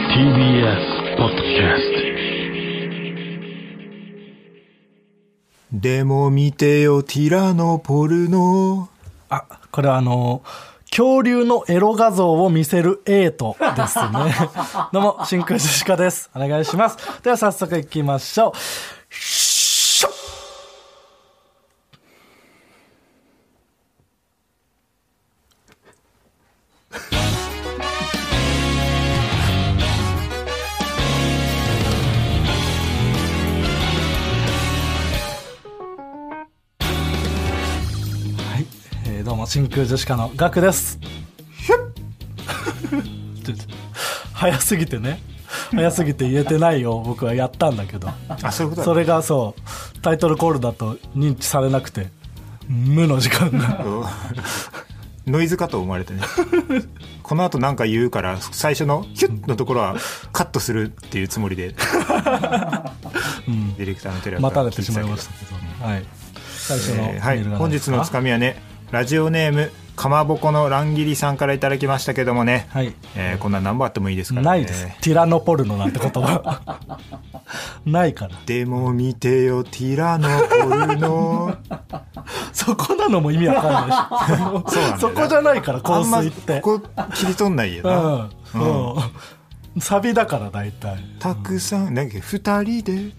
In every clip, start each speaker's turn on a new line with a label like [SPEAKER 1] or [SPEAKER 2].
[SPEAKER 1] TBS ポッドキャス
[SPEAKER 2] でも見てよ、ティラノポルノ。
[SPEAKER 3] あ、これはあの、恐竜のエロ画像を見せるエイトですね。 どうも、真空ジェシカです。お願いします。では早速行きましょう。しょっはい、えーどうも真空ジェシカのガクです。ちょっと 早すぎてね、早すぎて言えてないよ。僕はやったんだけど、
[SPEAKER 2] あ、そういうこと
[SPEAKER 3] そ
[SPEAKER 2] だ、ね。
[SPEAKER 3] れがそうタイトルコールだと認知されなくて無の時間 が。
[SPEAKER 2] うんノイズかと思われて ね。この後なんか言うから、最初のヒュッのところはカットするっていうつもりで。ディレクターのテレ
[SPEAKER 3] 待たれてしまいましたけど、はい、最初のメ
[SPEAKER 2] えーはい、
[SPEAKER 3] ールが
[SPEAKER 2] 本日のつ
[SPEAKER 3] 使
[SPEAKER 2] かみはねラジオネームかまぼこの乱切りさんからいただきましたけどもね、
[SPEAKER 3] はい
[SPEAKER 2] えーこんな何本あってもいいですからね
[SPEAKER 3] ないです、ティラノポルノなんて言 葉ないから
[SPEAKER 2] でも見てよティラノポルノ
[SPEAKER 3] そこなのも意味わかんないし
[SPEAKER 2] そうなんだよな
[SPEAKER 3] そこじゃないから
[SPEAKER 2] あ
[SPEAKER 3] 香
[SPEAKER 2] んま
[SPEAKER 3] 水って
[SPEAKER 2] ここ切り取んないよ
[SPEAKER 3] う
[SPEAKER 2] な、
[SPEAKER 3] ん、うん、サビだから大体
[SPEAKER 2] たくさんなんか二人で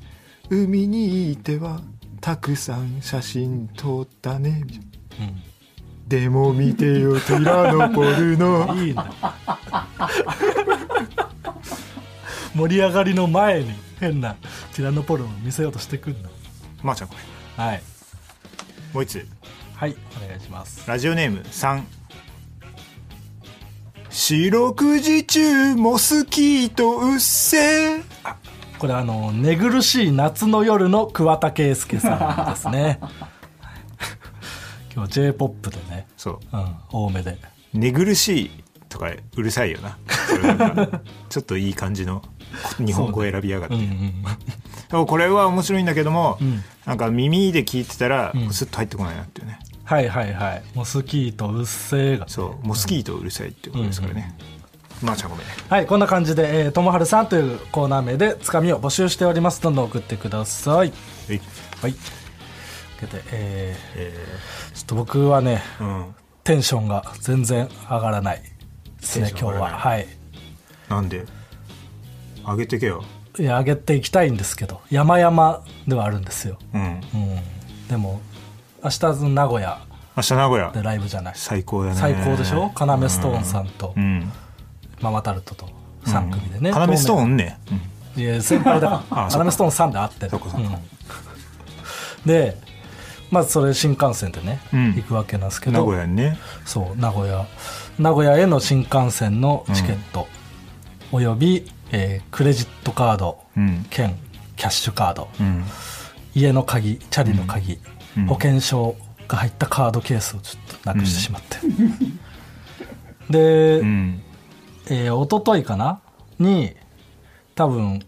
[SPEAKER 2] 海にいてはたくさん写真撮ったね、でも見てよティラノポル ノ
[SPEAKER 3] いいね盛り上がりの前に変なティラノポルノ見せようとしてくんの
[SPEAKER 2] まー、ちゃんこれ
[SPEAKER 3] はい
[SPEAKER 2] もう一つ
[SPEAKER 3] はいお願いします
[SPEAKER 2] ラジオネーム3四六時中モスキートうっせー
[SPEAKER 3] これあの寝苦しい夏の夜の桑田佳祐さんです ね今日 j p o p でね、
[SPEAKER 2] そう
[SPEAKER 3] うん、多めで
[SPEAKER 2] 寝苦しいとかうるさいよなそれなん かちょっといい感じの日本語選びやがって、
[SPEAKER 3] うんうん
[SPEAKER 2] でもこれは面白いんだけども、
[SPEAKER 3] ん
[SPEAKER 2] なんか耳で聞いてたらスッと入ってこないなっていうね、
[SPEAKER 3] はいはいはいモスキートうっせーが
[SPEAKER 2] そうモスキートうるさいってことですからね、まあちゃんごめんね
[SPEAKER 3] はいこんな感じで「えーともはるさん」というコーナー名でつかみを募集しておりますどんどん送ってください
[SPEAKER 2] はい
[SPEAKER 3] はい受けてえ
[SPEAKER 2] え
[SPEAKER 3] ー、ちょっと僕はね
[SPEAKER 2] ーうん
[SPEAKER 3] テンションが全然上がらないですね
[SPEAKER 2] テンシ
[SPEAKER 3] 今日
[SPEAKER 2] ョン上が
[SPEAKER 3] は
[SPEAKER 2] らない
[SPEAKER 3] はい
[SPEAKER 2] なんで上げてけよ
[SPEAKER 3] いや上げていきたいんですけど山々ではあるんですよ
[SPEAKER 2] うん
[SPEAKER 3] うん、でも明日の名古屋
[SPEAKER 2] 明日名古屋
[SPEAKER 3] でライブじゃない
[SPEAKER 2] 最高だね
[SPEAKER 3] 最高でしょ要ストーンさんと
[SPEAKER 2] うん
[SPEAKER 3] ママタルトと3組でね
[SPEAKER 2] 要ストーンね、
[SPEAKER 3] いや先輩だ
[SPEAKER 2] あ
[SPEAKER 3] か
[SPEAKER 2] そっ
[SPEAKER 3] ら
[SPEAKER 2] か
[SPEAKER 3] 要ストーンさんで会って
[SPEAKER 2] そっかそっか
[SPEAKER 3] うんでまずそれ新幹線でね、
[SPEAKER 2] うん
[SPEAKER 3] 行くわけなんですけ
[SPEAKER 2] うん、名
[SPEAKER 3] ど
[SPEAKER 2] 古屋にね
[SPEAKER 3] そう名古屋名古屋への新幹線のチケット、および、えークレジットカード
[SPEAKER 2] うん
[SPEAKER 3] 兼キャッシュカード、
[SPEAKER 2] うん
[SPEAKER 3] 家の鍵チャリの鍵、
[SPEAKER 2] うん
[SPEAKER 3] 保険証が入ったカードケースをちょっとなくしてし まって、で、
[SPEAKER 2] うん
[SPEAKER 3] えー、一昨日かなに多分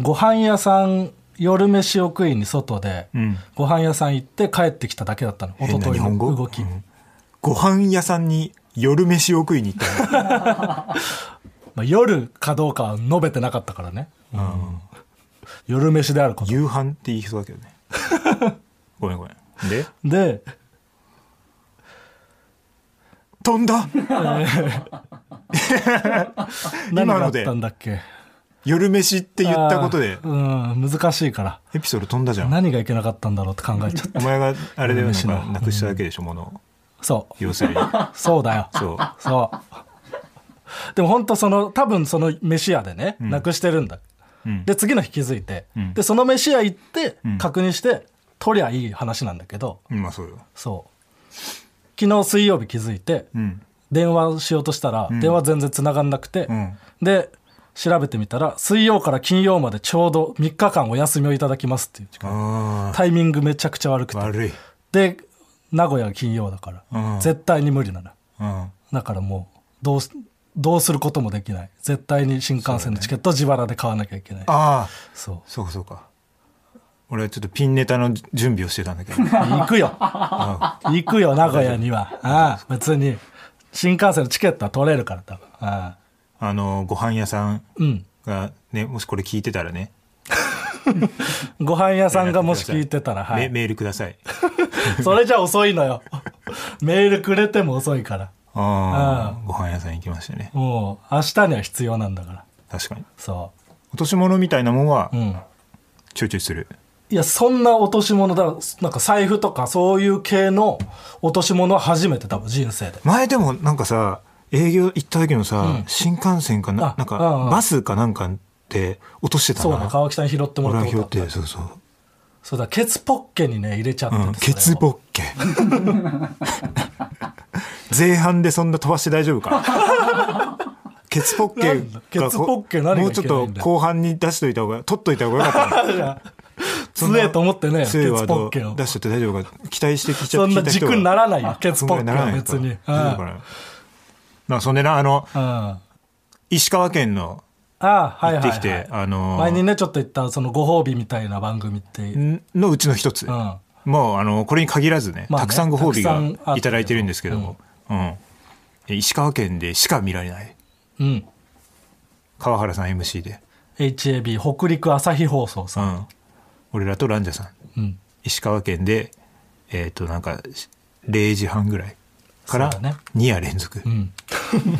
[SPEAKER 3] ご飯屋さん夜飯を食いに外で、
[SPEAKER 2] うん
[SPEAKER 3] ご飯屋さん行って帰ってきただけだったの一
[SPEAKER 2] 変な
[SPEAKER 3] 昨
[SPEAKER 2] 日
[SPEAKER 3] 日
[SPEAKER 2] 本語
[SPEAKER 3] の動き、
[SPEAKER 2] うんご飯屋さんに夜飯を食いに行った の
[SPEAKER 3] まあ、夜かどうかは述べてなかったからね、夜飯であること
[SPEAKER 2] 夕飯って言いそうだけどねごめんごめんで
[SPEAKER 3] で
[SPEAKER 2] 飛んだ
[SPEAKER 3] 何
[SPEAKER 2] 今
[SPEAKER 3] があ
[SPEAKER 2] の
[SPEAKER 3] っ
[SPEAKER 2] で
[SPEAKER 3] たんだっけ
[SPEAKER 2] 夜飯って言ったことで
[SPEAKER 3] あーうん難しいから
[SPEAKER 2] エピソード飛んだじゃん
[SPEAKER 3] 何がいけなかったんだろうって考えちゃっ
[SPEAKER 2] お前があれだよなん
[SPEAKER 3] 夜飯の
[SPEAKER 2] かなくしただけでしょ物を
[SPEAKER 3] たそう
[SPEAKER 2] 要するに
[SPEAKER 3] そうだよ。
[SPEAKER 2] そう
[SPEAKER 3] そう。でも本当その、多分その飯屋でね、なくしてるんだ。
[SPEAKER 2] うん
[SPEAKER 3] で、次の日気づいて、
[SPEAKER 2] ん
[SPEAKER 3] で、その飯屋行って
[SPEAKER 2] ん、
[SPEAKER 3] 確認して、取りゃいい話なんだけど、
[SPEAKER 2] うんまあそうよ
[SPEAKER 3] そう。昨日水曜日気づいて、
[SPEAKER 2] うん
[SPEAKER 3] 電話しようとしたら、電話全然繋がんなくて、
[SPEAKER 2] うん
[SPEAKER 3] で、調べてみたら、水曜から金曜までちょうど3日間お休みをいただきますっていう時間。
[SPEAKER 2] ああ
[SPEAKER 3] タイミングめちゃくちゃ悪くて。
[SPEAKER 2] 悪い
[SPEAKER 3] で、名古屋が金曜だか
[SPEAKER 2] うん
[SPEAKER 3] ら、絶対に無理なの。
[SPEAKER 2] うん
[SPEAKER 3] だからもうどうすどうすることもできない絶対に新幹線のチケットを自腹で買わなきゃいけない
[SPEAKER 2] ああ
[SPEAKER 3] そう,、
[SPEAKER 2] そうかそうか俺はちょっとピンネタの準備をしてたんだけど
[SPEAKER 3] 行くよ
[SPEAKER 2] あ
[SPEAKER 3] 行くよ名古屋にはああ別に新幹線のチケットは取れるから多分ああ
[SPEAKER 2] あのご飯屋さん
[SPEAKER 3] うん。
[SPEAKER 2] がねもしこれ聞いてたらね
[SPEAKER 3] ご飯屋さんがもし聞いてたら、は
[SPEAKER 2] メ
[SPEAKER 3] い。
[SPEAKER 2] メールください
[SPEAKER 3] それじゃ遅いのよ。 メールくれても遅いから。
[SPEAKER 2] ああご飯屋さん行きましたね
[SPEAKER 3] もう、明日には必要なんだから。
[SPEAKER 2] 確かに
[SPEAKER 3] そ
[SPEAKER 2] 落とし物みたいなもんは
[SPEAKER 3] う。うん。
[SPEAKER 2] ちょいちょいする、
[SPEAKER 3] いや、そんな落とし物だ、なんか財布とかそういう系の落とし物は初めて多分人生で。
[SPEAKER 2] 前でもなんかさ営業行った時のさ、
[SPEAKER 3] うん
[SPEAKER 2] 新幹線かな
[SPEAKER 3] あ
[SPEAKER 2] なんか
[SPEAKER 3] うんうん
[SPEAKER 2] バスかなんかって落としてた
[SPEAKER 3] そう
[SPEAKER 2] な
[SPEAKER 3] ね、川北に拾っても
[SPEAKER 2] 俺
[SPEAKER 3] らっ
[SPEAKER 2] は
[SPEAKER 3] たこと
[SPEAKER 2] 拾っ
[SPEAKER 3] あった
[SPEAKER 2] てそうそう
[SPEAKER 3] そうだ、ケツポッケにね、入れちゃってて、
[SPEAKER 2] うん、ケツ
[SPEAKER 3] ッ
[SPEAKER 2] ボッ ケ。前半でそんな飛ばして大丈夫か。 ケツポッケ
[SPEAKER 3] なんだケ
[SPEAKER 2] が
[SPEAKER 3] ツポッケ何がいけないんだよ
[SPEAKER 2] もうちょっと後半に出しといた方が、取っといた方がよかった
[SPEAKER 3] ケ。
[SPEAKER 2] そんな
[SPEAKER 3] 強えと思ってね、ケ
[SPEAKER 2] 強い
[SPEAKER 3] ツ
[SPEAKER 2] ワー
[SPEAKER 3] ポッ
[SPEAKER 2] ド
[SPEAKER 3] ケを。
[SPEAKER 2] 出しといて大丈夫か。期待してきちゃ
[SPEAKER 3] そ
[SPEAKER 2] っ
[SPEAKER 3] ん
[SPEAKER 2] た
[SPEAKER 3] な
[SPEAKER 2] 人が
[SPEAKER 3] 軸にならないよ、ケツポ
[SPEAKER 2] そ
[SPEAKER 3] ッケ
[SPEAKER 2] んな
[SPEAKER 3] は
[SPEAKER 2] にならない
[SPEAKER 3] 別に。う
[SPEAKER 2] 大丈夫か
[SPEAKER 3] ん
[SPEAKER 2] な。まあそんでな、あの、
[SPEAKER 3] うん
[SPEAKER 2] 石川県の
[SPEAKER 3] ああ、はい
[SPEAKER 2] 行っ
[SPEAKER 3] はい、は
[SPEAKER 2] て
[SPEAKER 3] い。
[SPEAKER 2] きて、あの
[SPEAKER 3] 前にね、ちょっと言った、そのご褒美みたいな番組って。うん。
[SPEAKER 2] んのうちの一つ。
[SPEAKER 3] あ
[SPEAKER 2] もうあのこれに限らずね,、
[SPEAKER 3] まあね
[SPEAKER 2] たくさんご褒美
[SPEAKER 3] たくさんあったけど
[SPEAKER 2] がいただいてるんですけども、うん石川県でしか見られない
[SPEAKER 3] うん。
[SPEAKER 2] 川原さん MC で、
[SPEAKER 3] HAB、北陸朝日放送
[SPEAKER 2] う
[SPEAKER 3] さん。
[SPEAKER 2] ん、俺らとランジャさん
[SPEAKER 3] うん。
[SPEAKER 2] 石川県でえっ、となんかし0時半ぐらいから
[SPEAKER 3] そうだね
[SPEAKER 2] 2夜連続、
[SPEAKER 3] うん。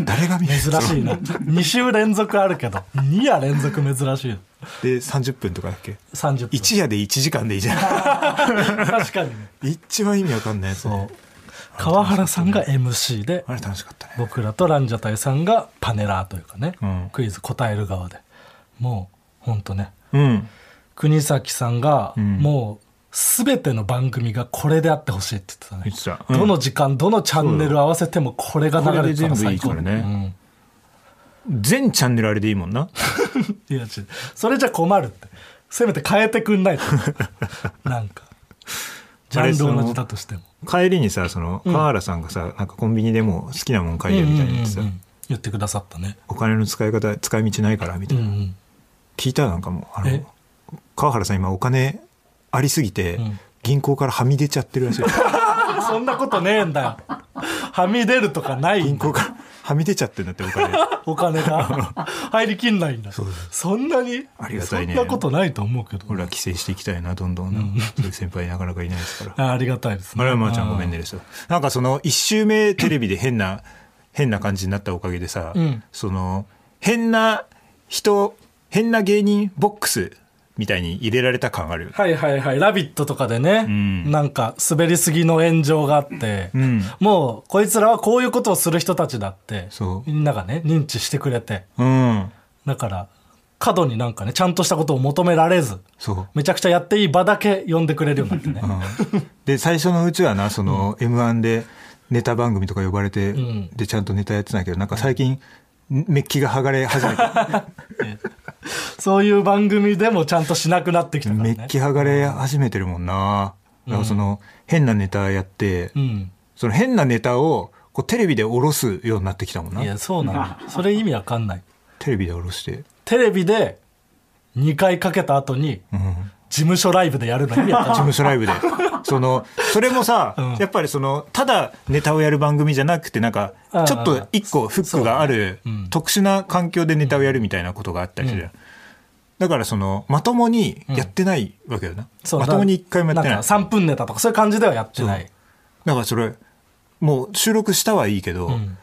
[SPEAKER 2] 誰が見る
[SPEAKER 3] 珍しいな。2 週連続あるけど、2夜連続珍しい。
[SPEAKER 2] で30分とかだっけ
[SPEAKER 3] 30分。
[SPEAKER 2] 一夜で1時間でいいじ ゃん
[SPEAKER 3] 確かに ね。
[SPEAKER 2] 一番意味わかんないやつね、
[SPEAKER 3] そう。川原さんが MC で、
[SPEAKER 2] あれ楽しかったね
[SPEAKER 3] 僕らとランジャタイさんがパネラーというかね、
[SPEAKER 2] うん
[SPEAKER 3] クイズ答える側で。もう、ほんとね。
[SPEAKER 2] うん
[SPEAKER 3] 国崎さんが、
[SPEAKER 2] うん
[SPEAKER 3] もう、すべての番組がこれであってほしいって言ってたね。
[SPEAKER 2] 言ってたうん
[SPEAKER 3] どの時間、どのチャンネル合わせてもこれが流れてた
[SPEAKER 2] こ
[SPEAKER 3] ら
[SPEAKER 2] れ
[SPEAKER 3] 最
[SPEAKER 2] で全部いい
[SPEAKER 3] 高。
[SPEAKER 2] からね全チャンネルあれでいいもんな
[SPEAKER 3] うん。 いや、ちょそれじゃ困るって。せめて変えてくんないと。 なんか。ジャンル同じだとしても。
[SPEAKER 2] 帰りにさその川原さんがさ、なんかコンビニでも好きなもん買いやみたいに言ってさ、
[SPEAKER 3] うんうんうん言ってくださったね。
[SPEAKER 2] お金の使い方使い道ないからみた
[SPEAKER 3] う
[SPEAKER 2] い
[SPEAKER 3] ん
[SPEAKER 2] な、
[SPEAKER 3] うん。
[SPEAKER 2] 聞いたなんかもうあ
[SPEAKER 3] え
[SPEAKER 2] の川原さん今お金ありすぎて、
[SPEAKER 3] うん
[SPEAKER 2] 銀行からはみ出ちゃって るらしい
[SPEAKER 3] そんなことねえんだよ。 はみ出るとかない
[SPEAKER 2] 銀
[SPEAKER 3] んだ
[SPEAKER 2] 行からはみ出ちゃってんだってお 金
[SPEAKER 3] お 金が入りきんないんだ。
[SPEAKER 2] そうです
[SPEAKER 3] そんなに
[SPEAKER 2] ありがたいね
[SPEAKER 3] そんなことないと思うけど。
[SPEAKER 2] 俺は帰省していきたいなどんどんな、そういう先輩なかなかいないですから
[SPEAKER 3] あありがたいです
[SPEAKER 2] あれはまーちゃんごめんね。ですよなんかその1周目テレビで変な変な感じになったおかげでさ、
[SPEAKER 3] うん
[SPEAKER 2] その変な人変な芸人ボックスみたいに入れられた感あるよね
[SPEAKER 3] はいはいはい。ラビットとかでね、
[SPEAKER 2] ん
[SPEAKER 3] なんか滑りすぎの炎上があって、
[SPEAKER 2] ん
[SPEAKER 3] もうこいつらはこういうことをする人たちだって、
[SPEAKER 2] そう
[SPEAKER 3] みんながね、認知してくれて。
[SPEAKER 2] うん
[SPEAKER 3] だから、過度になんかね、ちゃんとしたことを求められず、
[SPEAKER 2] そう
[SPEAKER 3] めちゃくちゃやっていい場だけ呼んでくれるようになってね。
[SPEAKER 2] うんで最初のうちはなその m 1でネタ番組とか呼ばれて、
[SPEAKER 3] ん
[SPEAKER 2] でちゃんとネタやってたんだけどなんか最近メッキが剥がれ始めた
[SPEAKER 3] そういう番組でもちゃんとしなくなってきたから
[SPEAKER 2] メ
[SPEAKER 3] ね。
[SPEAKER 2] ッキ剥がれ始めてるもんなだからその変なネタやって、
[SPEAKER 3] うん。
[SPEAKER 2] その変なネタをこうテレビで下ろすようになってきたもんない
[SPEAKER 3] や、そうなの。それ意味わかんない。
[SPEAKER 2] テレビで下ろして、
[SPEAKER 3] テレビで2回かけた後に、
[SPEAKER 2] うん、
[SPEAKER 3] 事務所ライブでやるの意味
[SPEAKER 2] 事
[SPEAKER 3] わかんな
[SPEAKER 2] 務
[SPEAKER 3] い。
[SPEAKER 2] 所ライ ブでそのそれもさ、
[SPEAKER 3] うん
[SPEAKER 2] やっぱりそのただネタをやる番組じゃなくてなんか
[SPEAKER 3] ああ
[SPEAKER 2] ちょっと一個フックがある
[SPEAKER 3] そうだねうん
[SPEAKER 2] 特殊な環境でネタをやるみたいなことがあったりする、
[SPEAKER 3] うん
[SPEAKER 2] だからそのまともにやってないわけよな、
[SPEAKER 3] そう
[SPEAKER 2] まともに一回もやってない
[SPEAKER 3] んか3分ネタとかそういう感じではやってない。
[SPEAKER 2] だからそれもう収録したはいいけど、
[SPEAKER 3] うん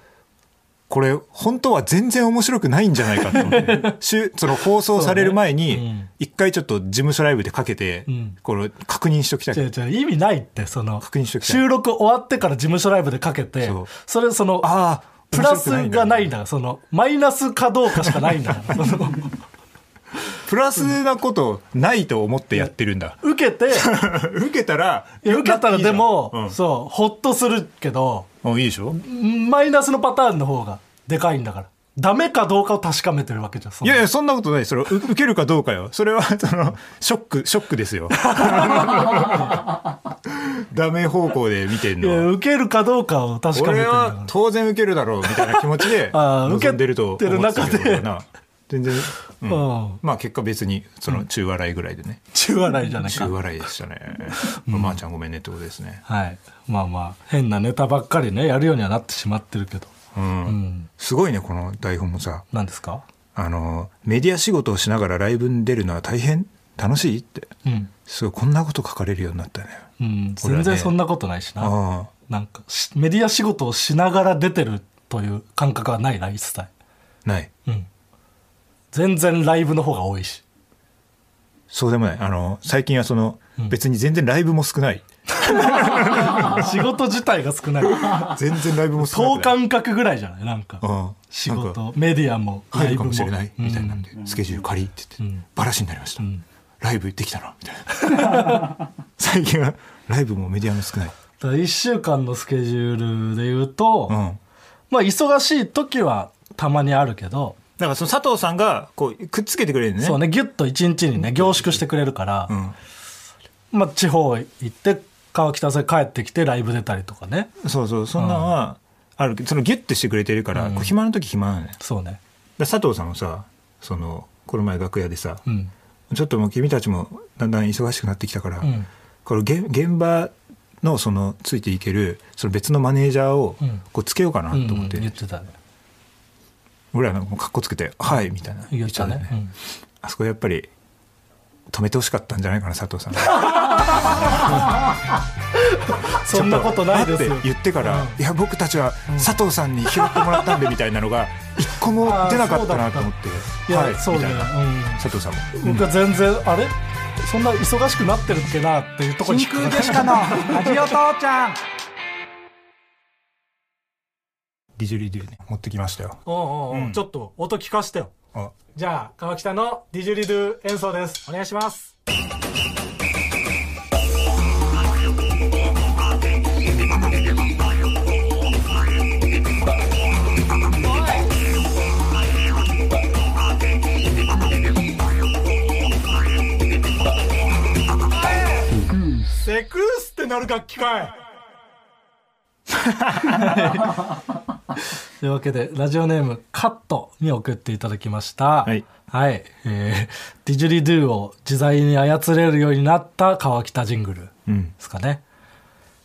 [SPEAKER 2] これ本当は全然面白くないんじゃないかと思 ってしゅその放送される前
[SPEAKER 3] そうねうん
[SPEAKER 2] に一回ちょっと事務所ライブでかけて、
[SPEAKER 3] うん
[SPEAKER 2] これ確認しときたい
[SPEAKER 3] 違う違う意味ないって、その、
[SPEAKER 2] 確認しときたい
[SPEAKER 3] 収録終わってから事務所ライブでかけて
[SPEAKER 2] そう、
[SPEAKER 3] それその、
[SPEAKER 2] ああ
[SPEAKER 3] プラスがないんだから、その、マイナスかどうかしかない んだから、その、
[SPEAKER 2] プラスなことないと思ってやってるんだ
[SPEAKER 3] 受けて、
[SPEAKER 2] 受けたら
[SPEAKER 3] いや受けたらでも、
[SPEAKER 2] いいじゃん
[SPEAKER 3] そう、ほっとするけど、
[SPEAKER 2] うんあいいでしょ
[SPEAKER 3] マイナスのパターンの方がでかいんだから。ダメかどうかを確かめてるわけじゃん。そ
[SPEAKER 2] い
[SPEAKER 3] の
[SPEAKER 2] やいやそんなことないそれう受けるかどうかよそれは そのショックショック ですよダメ方向で見てん
[SPEAKER 3] いや
[SPEAKER 2] のは
[SPEAKER 3] 受けるかどうかを確かめ
[SPEAKER 2] 俺
[SPEAKER 3] てるんだ
[SPEAKER 2] は
[SPEAKER 3] か
[SPEAKER 2] 当然受けるだろうみたいな気持ちで
[SPEAKER 3] ああ
[SPEAKER 2] 臨んでると思ってたけ
[SPEAKER 3] 受けてる中
[SPEAKER 2] ど
[SPEAKER 3] で
[SPEAKER 2] な 全然、う
[SPEAKER 3] ら。
[SPEAKER 2] ん
[SPEAKER 3] うん。
[SPEAKER 2] まあ結果別にその中笑いぐらいでね、
[SPEAKER 3] 中笑いじゃない
[SPEAKER 2] 中
[SPEAKER 3] か。
[SPEAKER 2] 笑いでしたね、まあちゃんごめんねってことですね
[SPEAKER 3] はい。まあまあ、変なネタばっかりね、やるようにはなってしまってるけど。
[SPEAKER 2] うん
[SPEAKER 3] うん。
[SPEAKER 2] すごいねこの台本もさ
[SPEAKER 3] 何ですか
[SPEAKER 2] あのメディア仕事をしながらライブに出るのは大変楽しいって
[SPEAKER 3] うん。
[SPEAKER 2] すごいこんなこと書かれるようになったね
[SPEAKER 3] うん、
[SPEAKER 2] 俺は
[SPEAKER 3] 全
[SPEAKER 2] ね
[SPEAKER 3] 然そんなことないしな。
[SPEAKER 2] ああ
[SPEAKER 3] なんかし、メディア仕事をしながら出てるという感覚はないライフスタイ
[SPEAKER 2] ない
[SPEAKER 3] ル。うん。全然ライブの方が多いし。
[SPEAKER 2] そうでもないあの最近はその、
[SPEAKER 3] うん
[SPEAKER 2] 別に全然ライブも少ない
[SPEAKER 3] 仕事自体が少ない。
[SPEAKER 2] 全然ライブも少な
[SPEAKER 3] 等
[SPEAKER 2] い
[SPEAKER 3] 間隔ぐらいじゃないなんか。
[SPEAKER 2] ああ
[SPEAKER 3] 仕
[SPEAKER 2] なんか
[SPEAKER 3] 事、メディアも、ラ
[SPEAKER 2] 入
[SPEAKER 3] イ
[SPEAKER 2] る
[SPEAKER 3] ブ
[SPEAKER 2] か
[SPEAKER 3] も。
[SPEAKER 2] もしれないみたいなんで、
[SPEAKER 3] う
[SPEAKER 2] スケジュール借りって言って、
[SPEAKER 3] うん
[SPEAKER 2] バラシになりました、
[SPEAKER 3] ん
[SPEAKER 2] ライブできたなみたいな 最近はライブもメディアも少ない、
[SPEAKER 3] だから1週間のスケジュールで言うと、
[SPEAKER 2] うん、だ
[SPEAKER 3] まあ忙しい時はたまにあるけど、
[SPEAKER 2] からその佐藤さんがこうくっつけてくれるね
[SPEAKER 3] そうねギュッと一日にね凝縮してくれるから、まあ、地方行って川北さん帰ってきてライブ出たりとかね
[SPEAKER 2] うん、そうそうそんなんはあるけどそのギュッてしてくれてるから、
[SPEAKER 3] うん
[SPEAKER 2] こう暇な時暇なのねだか
[SPEAKER 3] そうね
[SPEAKER 2] ら佐藤さんもさそのこの前楽屋でさ、
[SPEAKER 3] うん
[SPEAKER 2] ちょっともう君たちもだんだん忙しくなってきたから、
[SPEAKER 3] うん
[SPEAKER 2] これ現現場のそのついていけるその別のマネージャーを
[SPEAKER 3] うん
[SPEAKER 2] こうつけようかな
[SPEAKER 3] うん
[SPEAKER 2] と思って、
[SPEAKER 3] 言ってたね
[SPEAKER 2] 俺らなんかもうかっこつけて「はい」みたいな
[SPEAKER 3] 言ったね
[SPEAKER 2] 言ってあそこやっぱり止めてほしかったんじゃない かな佐藤さんち
[SPEAKER 3] うんそんなことないです
[SPEAKER 2] ょっと
[SPEAKER 3] よ
[SPEAKER 2] 会って言ってから、いや僕たちは佐藤さんに拾ってもらったんでみたいなのが一個も出なかったなと思って
[SPEAKER 3] い
[SPEAKER 2] は
[SPEAKER 3] や、
[SPEAKER 2] い
[SPEAKER 3] そう
[SPEAKER 2] み
[SPEAKER 3] ね
[SPEAKER 2] たいな佐藤さんも
[SPEAKER 3] うん、僕は全然、あれそんな忙しくなってるっけなっていうところに真空でしかな
[SPEAKER 2] リジュリデュね持ってきましたよ
[SPEAKER 4] おうおうおう、
[SPEAKER 2] うん
[SPEAKER 4] ちょっと音聞かしてよ
[SPEAKER 2] あ
[SPEAKER 4] じゃあ川北のディジュリドゥ演奏ですお願いしますセクスってなる楽器かい
[SPEAKER 3] というわけでラジオネームカットに送っていただきました
[SPEAKER 2] はい、
[SPEAKER 3] はいえーディジュリドゥを自在に操れるようになった川北ジングルで
[SPEAKER 2] うん
[SPEAKER 3] すかね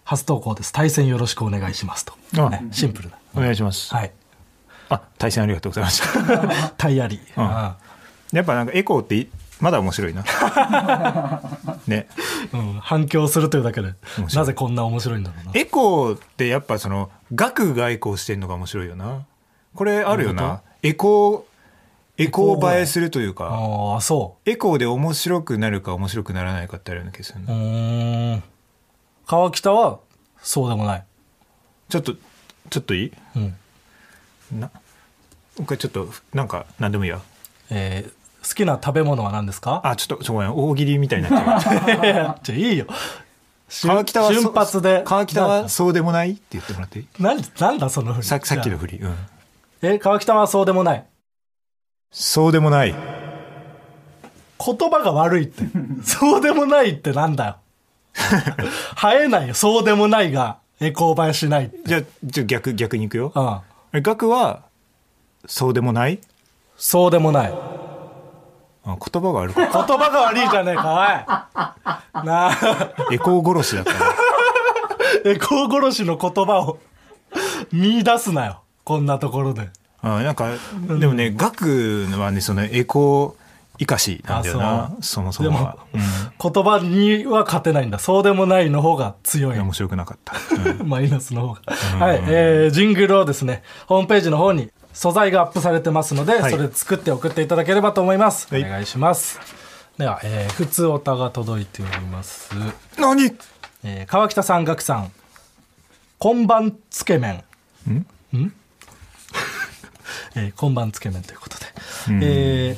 [SPEAKER 3] 初投稿です対戦よろしくお願いしますと、
[SPEAKER 2] あ
[SPEAKER 3] ね、シンプルな
[SPEAKER 2] お願いします
[SPEAKER 3] はい
[SPEAKER 2] あ対戦ありがとうございました
[SPEAKER 3] タイヤリ
[SPEAKER 2] うん
[SPEAKER 3] ー、
[SPEAKER 2] やっぱなんかエコーっていまだ面白い なね
[SPEAKER 3] うんうん反響するというだけで
[SPEAKER 2] 面白い
[SPEAKER 3] なぜこんな面白いんだろうな
[SPEAKER 2] エコーってやっぱその額外交してんのが面白いよなこれあるよなエコーエコー映えするというか
[SPEAKER 3] ああそ
[SPEAKER 2] エコーで面白くなるか面白くならないかってあるような気がする
[SPEAKER 3] うう
[SPEAKER 2] な
[SPEAKER 3] ーん川北はそうでもない、
[SPEAKER 2] ちょっとちょっといい
[SPEAKER 3] うん
[SPEAKER 2] なもう一回ちょっとなんか何でもいいや
[SPEAKER 3] えー好きな食べ物は何ですか
[SPEAKER 2] あちょっとちょごめん大喜利みたいになっちゃう
[SPEAKER 3] いや じゃあいいよ。
[SPEAKER 2] 川北はそ
[SPEAKER 3] 瞬発で。
[SPEAKER 2] 川北は
[SPEAKER 3] な
[SPEAKER 2] そうでもないって言ってもらっていい
[SPEAKER 3] なんなんだその振り。
[SPEAKER 2] ささっきの
[SPEAKER 3] じゃ
[SPEAKER 2] 振りうん
[SPEAKER 3] あ。え、川北はそうでもない。
[SPEAKER 2] そうでもない
[SPEAKER 3] 言葉が悪いって。そうでもないってなんだよ。 生えないよ。そうでもないが、え、勾配しない。
[SPEAKER 2] じゃあじゃあ逆逆にいくよ
[SPEAKER 3] うん。
[SPEAKER 2] 額はそうでもない
[SPEAKER 3] そうでもない。言
[SPEAKER 2] あ言葉があるから
[SPEAKER 3] 葉が悪いじゃねえか、おい。なあ、
[SPEAKER 2] エコー殺しだったら
[SPEAKER 3] え、こ殺しの言葉を見出すなよ。こんなところで。
[SPEAKER 2] あなんかでもね額はねそのエコー生かしなんだよ
[SPEAKER 3] あ
[SPEAKER 2] な
[SPEAKER 3] そう
[SPEAKER 2] そもそもは
[SPEAKER 3] で言葉には勝てないんだ。そうでもないの方が強
[SPEAKER 2] うん
[SPEAKER 3] い。
[SPEAKER 2] いや面白くなかった、うん
[SPEAKER 3] マイナスの方が。はい、えー、ジングルをですね、ホームページの方に素材がアップされてますので、
[SPEAKER 2] はい
[SPEAKER 3] それ作って送っていただければと思います。
[SPEAKER 2] はい
[SPEAKER 3] お願いします。では、えー、普通おたが届いております。
[SPEAKER 2] 何
[SPEAKER 3] えー、川北さん、岳さん、こんばんつけ麺。んん えー、こんばんつけ麺ということで。え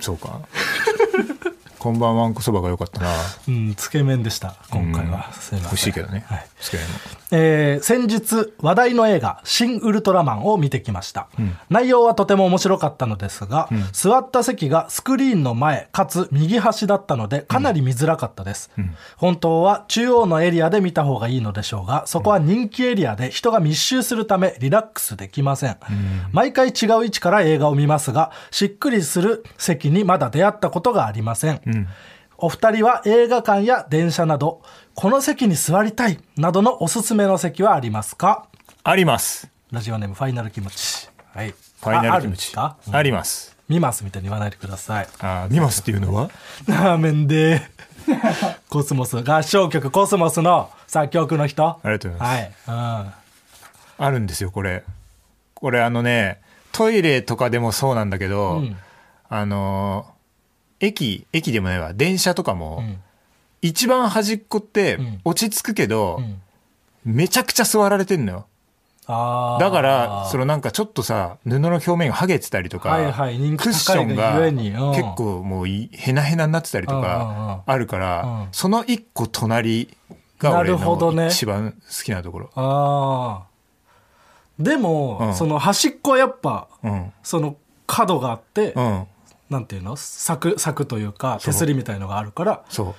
[SPEAKER 2] そうかこんばんはんこそばが良かったな
[SPEAKER 3] ー、うん、つけ麺でした、今回は。すいませ
[SPEAKER 2] 美
[SPEAKER 3] ん。
[SPEAKER 2] 味しいけどね、
[SPEAKER 3] はい
[SPEAKER 2] 好きなの
[SPEAKER 3] えー先日話題の映画「シン・ウルトラマン」を見てきました、内容はとても面白かったのですが、座った席がスクリーンの前かつ右端だったのでかなり見づらかったです、本当は中央のエリアで見た方がいいのでしょうがそこは人気エリアで人が密集するためリラックスできません、毎回違う位置から映画を見ますがしっくりする席にまだ出会ったことがありません、お二人は映画館や電車など、この席に座りたいなどのおすすめの席はありますか
[SPEAKER 2] あります
[SPEAKER 3] ラジオネームファイナルキムチはい
[SPEAKER 2] ファイナルキムチ
[SPEAKER 3] ああるんですか、
[SPEAKER 2] あります
[SPEAKER 3] 見ますみたいに言わないでください
[SPEAKER 2] あー
[SPEAKER 5] 見ますっていうのは
[SPEAKER 3] ラーメンで コスモス合唱曲コスモスの作曲の人
[SPEAKER 2] ありがとうございます
[SPEAKER 3] すはい、
[SPEAKER 2] あるんですよこれこれあのねトイレとかでもそうなんだけど、
[SPEAKER 3] うん
[SPEAKER 2] あのー駅駅でもないわ電車とかも、
[SPEAKER 3] ん
[SPEAKER 2] 一番端っこって
[SPEAKER 3] ん
[SPEAKER 2] 落ち着くけど
[SPEAKER 3] う、んうん、
[SPEAKER 2] めちゃくちゃ座られてんのよ
[SPEAKER 3] あー
[SPEAKER 2] だからそのなんかちょっとさ布の表面が剥げてたりとか、
[SPEAKER 3] はいはい人気
[SPEAKER 2] クッションが
[SPEAKER 3] 高いがゆえにうん
[SPEAKER 2] 結構もういへなへなになってたりと
[SPEAKER 3] うんうんうん
[SPEAKER 2] かあるから、
[SPEAKER 3] うん
[SPEAKER 2] その一個隣が
[SPEAKER 3] な
[SPEAKER 2] 俺
[SPEAKER 3] るほどね
[SPEAKER 2] の一番好きなところ。
[SPEAKER 3] あーでも、
[SPEAKER 2] うん
[SPEAKER 3] その端っこはやっぱ
[SPEAKER 2] うん
[SPEAKER 3] その角があって、
[SPEAKER 2] うん
[SPEAKER 3] なんていうの柵柵というか手
[SPEAKER 2] う
[SPEAKER 3] すりみたいのがあるから
[SPEAKER 2] そう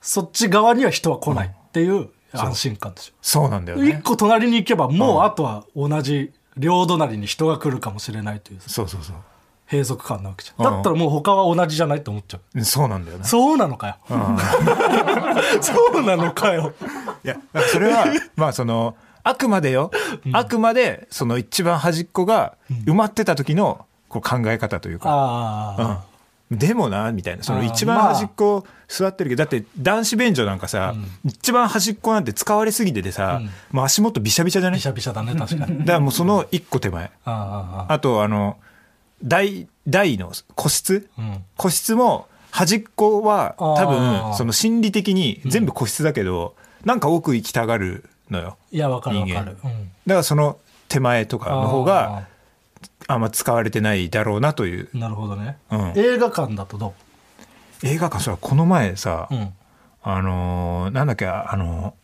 [SPEAKER 3] そっち側には人は来ないっていう安心感でしょ
[SPEAKER 2] そうなんだよ
[SPEAKER 3] 一、
[SPEAKER 2] ね。
[SPEAKER 3] 個隣に行けばもうあとは同じ両隣に人が来るかもしれないという
[SPEAKER 2] そうそうそう
[SPEAKER 3] 閉塞感なわけじゃん
[SPEAKER 2] うん
[SPEAKER 3] だったらもう他は同じじゃないと思っちゃう
[SPEAKER 2] うんそうなんだよね。
[SPEAKER 3] そうなのかよ そうなのかよ
[SPEAKER 2] いや、だからそれ は、まあその、あくまでよ、あくまで、その一番端っこが埋まってた時のこう考え方というか、
[SPEAKER 3] ああ
[SPEAKER 2] うん、でもな、みたいな、そ
[SPEAKER 3] あ
[SPEAKER 2] の
[SPEAKER 3] ー
[SPEAKER 2] 一番端っこ座ってるけど、だって男子便所なんかさ、一番端っこなんて使われすぎててさ、もう足元びしゃびしゃじゃない
[SPEAKER 3] びし
[SPEAKER 2] だ
[SPEAKER 3] ゃびしゃだね確か に
[SPEAKER 2] からもうその一個手前。
[SPEAKER 3] あ
[SPEAKER 2] あと、あの、大、大の個室、
[SPEAKER 3] あうん
[SPEAKER 2] 個室も端っこは多
[SPEAKER 3] あー
[SPEAKER 2] 分その心理的に全部個室だけど、なんか奥行きたがるのよ
[SPEAKER 3] いやわかるわかる
[SPEAKER 2] 人間だからその手前とかの方があんま使われてないだろうなという
[SPEAKER 3] あーなるほどね、
[SPEAKER 2] うん
[SPEAKER 3] 映画館だとど
[SPEAKER 2] 映画館それはこの前さ、
[SPEAKER 3] う、うん、
[SPEAKER 2] あのーなんだっけあの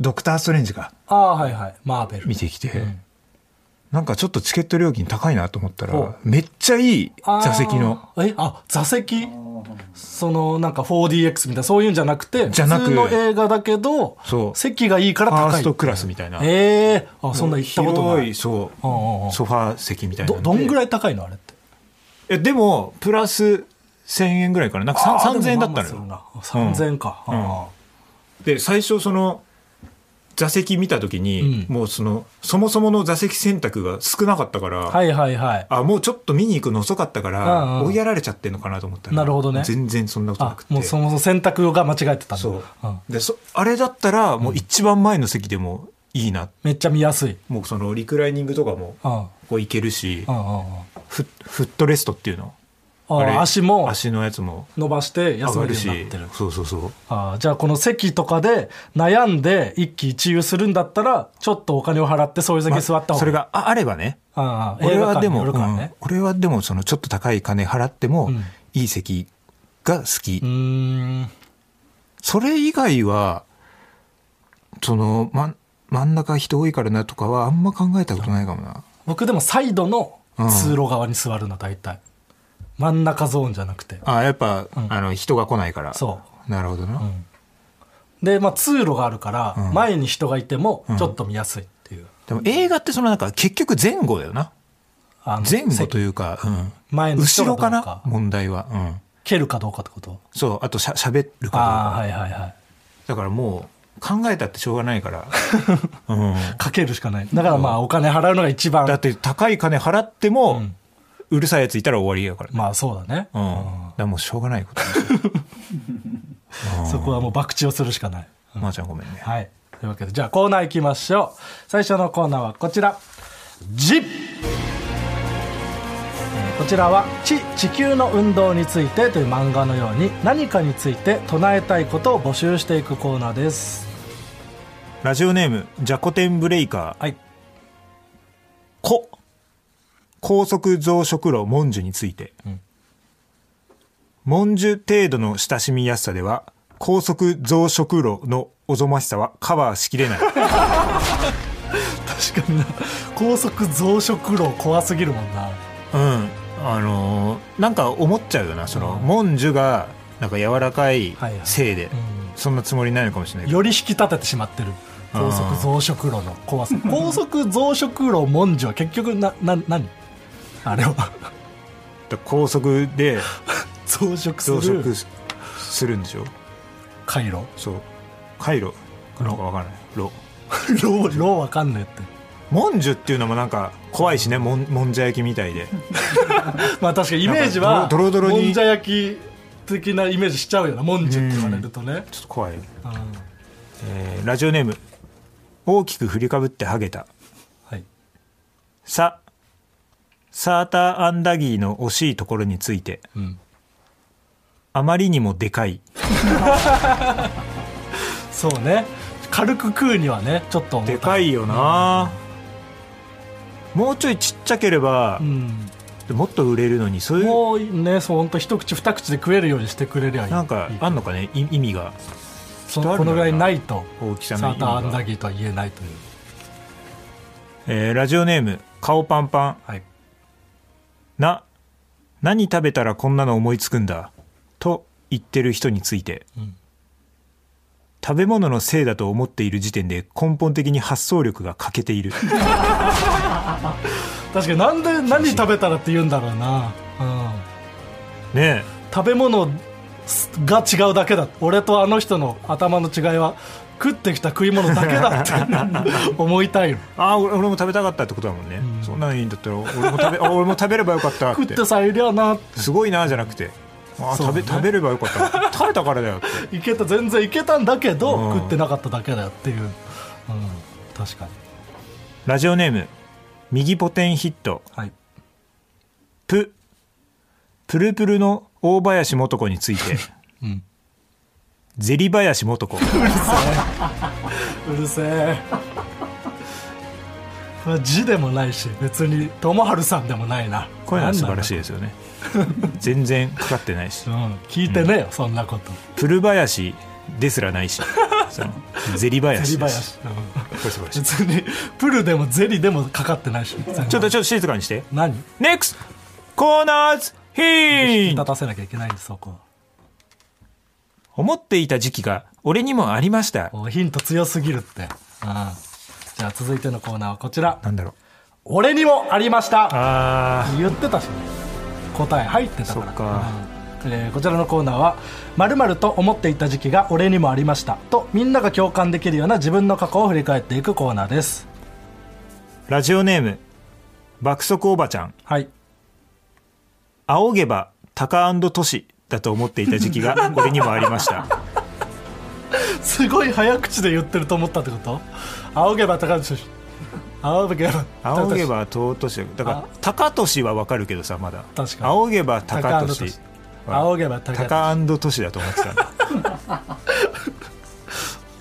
[SPEAKER 2] ードクター・ストレンジか
[SPEAKER 3] ああはいはいマーベル
[SPEAKER 2] 見てきて、
[SPEAKER 3] ん
[SPEAKER 2] なんかちょっとチケット料金高いなと思った
[SPEAKER 3] ほ
[SPEAKER 2] らめっちゃいい
[SPEAKER 3] あー
[SPEAKER 2] 座席の
[SPEAKER 3] えあ座席そのなんか 4DX みたいなそういうんじゃなくて
[SPEAKER 2] じゃなく
[SPEAKER 3] 普通の映画だけど
[SPEAKER 2] そう
[SPEAKER 3] 席がいいから
[SPEAKER 2] ファ
[SPEAKER 3] 高い
[SPEAKER 2] ーストクラスみたいな、
[SPEAKER 3] ええあそんな行ったことな
[SPEAKER 2] 広
[SPEAKER 3] い
[SPEAKER 2] いそ
[SPEAKER 3] うんうんうん
[SPEAKER 2] うソファー席みたいな
[SPEAKER 3] どどんぐらい高いのあれって
[SPEAKER 2] えでもプラス1000円ぐらいからなんかさん3000円だったのよ
[SPEAKER 3] 3000円か、
[SPEAKER 2] ん
[SPEAKER 3] あ
[SPEAKER 2] で最初その座席見た時に、
[SPEAKER 3] うん
[SPEAKER 2] もうそのそもそもの座席選択が少なかったから、
[SPEAKER 3] あはいはいはい
[SPEAKER 2] あもうちょっと見に行くの遅かったから、
[SPEAKER 3] うんうん
[SPEAKER 2] 追いやられちゃってんのかなと思ったら
[SPEAKER 3] なるほどね
[SPEAKER 2] 全然そんなことな
[SPEAKER 3] あ
[SPEAKER 2] くて
[SPEAKER 3] もうそもそも選択が間違えてたんだ
[SPEAKER 2] そう、
[SPEAKER 3] ん
[SPEAKER 2] でそあれだったらもう一番前の席でもいいな、
[SPEAKER 3] めっちゃ見やすい
[SPEAKER 2] もうそのリクライニングとかも
[SPEAKER 3] うんうん
[SPEAKER 2] こういけるし、
[SPEAKER 3] うんうん
[SPEAKER 2] フッフットレストっていうの
[SPEAKER 3] あー
[SPEAKER 2] れ
[SPEAKER 3] 足も
[SPEAKER 2] 足のやつも
[SPEAKER 3] 伸ばし
[SPEAKER 2] 上
[SPEAKER 3] て休め
[SPEAKER 2] が
[SPEAKER 3] る
[SPEAKER 2] る
[SPEAKER 3] よう
[SPEAKER 2] し
[SPEAKER 3] になってる
[SPEAKER 2] そうそうそう
[SPEAKER 3] あーじゃあこの席とかで悩んで一喜一憂するんだったらちょっとお金を払ってそういう席に座った方がいい、
[SPEAKER 2] まあそれがああればね
[SPEAKER 3] ああ
[SPEAKER 2] 俺はでも、
[SPEAKER 3] 映画館によるからね
[SPEAKER 2] うん俺はでもそのちょっと高い金払っても、
[SPEAKER 3] うん
[SPEAKER 2] いい席が好き、
[SPEAKER 3] うーん
[SPEAKER 2] それ以外はその、ま、真ん中人多いからなとかはあんま考えたことないかもな
[SPEAKER 3] 僕でもサイドの通路側に座るの大体、真ん中ゾーンじゃなくて
[SPEAKER 2] あやっぱ、
[SPEAKER 3] ん
[SPEAKER 2] あの人が来ないから
[SPEAKER 3] そう
[SPEAKER 2] なるほどな、
[SPEAKER 3] んで、まあ、通路があるから
[SPEAKER 2] うん
[SPEAKER 3] 前に人がいてもちょっと見やすいっていう、
[SPEAKER 2] でも映画ってそのなんか結局前後だよな
[SPEAKER 3] あの
[SPEAKER 2] 前後
[SPEAKER 3] 席
[SPEAKER 2] というか、うん
[SPEAKER 3] 前の人
[SPEAKER 2] 後
[SPEAKER 3] がど
[SPEAKER 2] ろ
[SPEAKER 3] うか
[SPEAKER 2] かな問題は、うん、
[SPEAKER 3] 蹴るかどうかってこと
[SPEAKER 2] そうあとしゃしゃべるかどう
[SPEAKER 3] ああ
[SPEAKER 2] か
[SPEAKER 3] はいはいはい
[SPEAKER 2] だからもう考えたってしょうがない から、うん、
[SPEAKER 3] かけるしかないだからまあお金払うのが一番
[SPEAKER 2] だって高い金払っても、
[SPEAKER 3] ん
[SPEAKER 2] うるさいやついたら終わりやからね、
[SPEAKER 3] まあそうだね、
[SPEAKER 2] うん、だからもうしょうがないこと
[SPEAKER 3] そこはもう博打をするしかない
[SPEAKER 2] まー、ちゃんごめんね
[SPEAKER 3] はい。というわけで、じゃあコーナー行きましょう。最初のコーナーはこちら。ジップえーこちらは「地地球の運動について」という漫画のように何かについて唱えたいことを募集していくコーナーです
[SPEAKER 2] ラジオネームジャコテンブレイカー
[SPEAKER 3] はい
[SPEAKER 2] こ高速増殖炉文殊について、文殊程度の親しみやすさでは高速増殖炉のおぞましさはカバーしき れない
[SPEAKER 3] 確かにな高速増殖炉怖すぎるもんな
[SPEAKER 2] うんあのーなんか思っちゃうよなその、文殊がなんか柔らかい
[SPEAKER 3] はいはい
[SPEAKER 2] せいで、
[SPEAKER 3] ん
[SPEAKER 2] そんなつもりないのかもしれないけど
[SPEAKER 3] より引き立ててしまってる高速増殖炉の怖 さ高速増殖炉文字は結局なな何あれは
[SPEAKER 2] だから高速で
[SPEAKER 3] 増殖す
[SPEAKER 2] 増殖
[SPEAKER 3] る
[SPEAKER 2] すするんでしょ
[SPEAKER 3] 回 路
[SPEAKER 2] そう回路かなんかわからない炉
[SPEAKER 3] ロー、ローわかんねえって。
[SPEAKER 2] もんじゅっていうのもなんか怖いしねもんもんじゃ焼きみたいで
[SPEAKER 3] まあ確かにイメージは
[SPEAKER 2] なんかドロドロに
[SPEAKER 3] もんじゃ焼き的なイメージしちゃうよなもんじゅって言われるとね
[SPEAKER 2] ちょっと怖い、えーラジオネーム大きく振りかぶってハゲた
[SPEAKER 3] はい
[SPEAKER 2] さサーターアンダギーの惜しいところについて、
[SPEAKER 3] ん
[SPEAKER 2] あまりにもでかい
[SPEAKER 3] そうね軽く食うにはねちょっと重た
[SPEAKER 2] でかいよな、もうちょいちっちゃければ
[SPEAKER 3] う、ん
[SPEAKER 2] もっと売れるのにそういう
[SPEAKER 3] もうねそう本当一口二口で食えるようにしてくれりゃいい
[SPEAKER 2] なんか
[SPEAKER 3] いい
[SPEAKER 2] あんのかねい意味が
[SPEAKER 3] そ
[SPEAKER 2] きっとあるんだろうな
[SPEAKER 3] このぐらいないと
[SPEAKER 2] 大き
[SPEAKER 3] サ
[SPEAKER 2] さの意
[SPEAKER 3] ー
[SPEAKER 2] 味
[SPEAKER 3] ターアンダ
[SPEAKER 2] が、
[SPEAKER 3] ギーとは言えないという
[SPEAKER 2] えーラジオネーム顔パンパン
[SPEAKER 3] はい
[SPEAKER 2] な何食べたらこんなの思いつくんだと言ってる人について、
[SPEAKER 3] ん
[SPEAKER 2] 食べ物のせいだと思っている時点で根本的に発想力が欠け ている
[SPEAKER 3] 確かになんで何食べたらって言うんだろうな、うん、
[SPEAKER 2] ね
[SPEAKER 3] 食べ物が違うだけだ俺とあの人の頭の違いは食ってきた食い物だけだって思いたいよ
[SPEAKER 2] えああ俺俺も食べたかったってことだもんね、そんなのいいんだったら俺も食べ あ俺も 食べればよかったっ
[SPEAKER 3] 食っててさえいりゃな
[SPEAKER 2] すごいなじゃなくてあー
[SPEAKER 3] そう
[SPEAKER 2] 食
[SPEAKER 3] ね
[SPEAKER 2] べ食べればよかった食べたからだよって
[SPEAKER 3] いけた全然いけたんだけど、
[SPEAKER 2] うん
[SPEAKER 3] 食ってなかっただけだよっていう、うん、確かに
[SPEAKER 2] ラジオネーム右ポテンヒット
[SPEAKER 3] はい
[SPEAKER 2] ププルプルの大林素子について、
[SPEAKER 3] ん
[SPEAKER 2] ゼリ林素子
[SPEAKER 3] うるせえこれは字でもないし別に友春さんでもないな
[SPEAKER 2] こういうのは素晴らしい
[SPEAKER 3] い、
[SPEAKER 2] ですよね全然かかってないし
[SPEAKER 3] うん、聞いてねえよ、そんなこと
[SPEAKER 2] プル林ですらないしそのゼリ
[SPEAKER 3] ゼ
[SPEAKER 2] 林
[SPEAKER 3] リ
[SPEAKER 2] で
[SPEAKER 3] バヤ
[SPEAKER 2] す
[SPEAKER 3] シ、うん
[SPEAKER 2] これ素晴らしい
[SPEAKER 3] 別にプルでもゼリでもかかってないし
[SPEAKER 2] ちょっとちょっと静かにして
[SPEAKER 3] 何
[SPEAKER 2] NEXT コーナーズヒ
[SPEAKER 3] 引き
[SPEAKER 2] ン
[SPEAKER 3] 立たせなきゃいけないんですそこは
[SPEAKER 2] 思っていた時期が俺にもありました
[SPEAKER 3] おヒント強すぎるって、うん、じゃあ続いてのコーナーはこちら
[SPEAKER 2] なんだろう
[SPEAKER 3] 俺にもありました
[SPEAKER 2] あ
[SPEAKER 3] 言ってたしね答え入ってたから
[SPEAKER 2] そっか
[SPEAKER 3] うんえーこちらのコーナーは「まると思っていた時期が俺にもありました」とみんなが共感できるような自分の過去を振り返っていくコーナーです
[SPEAKER 2] ラジオネーム爆速おばちゃん
[SPEAKER 3] はい
[SPEAKER 2] 仰げばタカトシだと思っていた時期 が俺にもありました
[SPEAKER 3] すごい早口で言ってると思ったってこと仰げば高橋仰げば
[SPEAKER 2] 仰げ
[SPEAKER 3] ば
[SPEAKER 2] ば尊しだか
[SPEAKER 3] あ
[SPEAKER 2] ら高俊はわかるけどさまだ
[SPEAKER 3] 確かに
[SPEAKER 2] 仰げば高俊
[SPEAKER 3] 仰げば高橋
[SPEAKER 2] 高俊だと思ってたんだ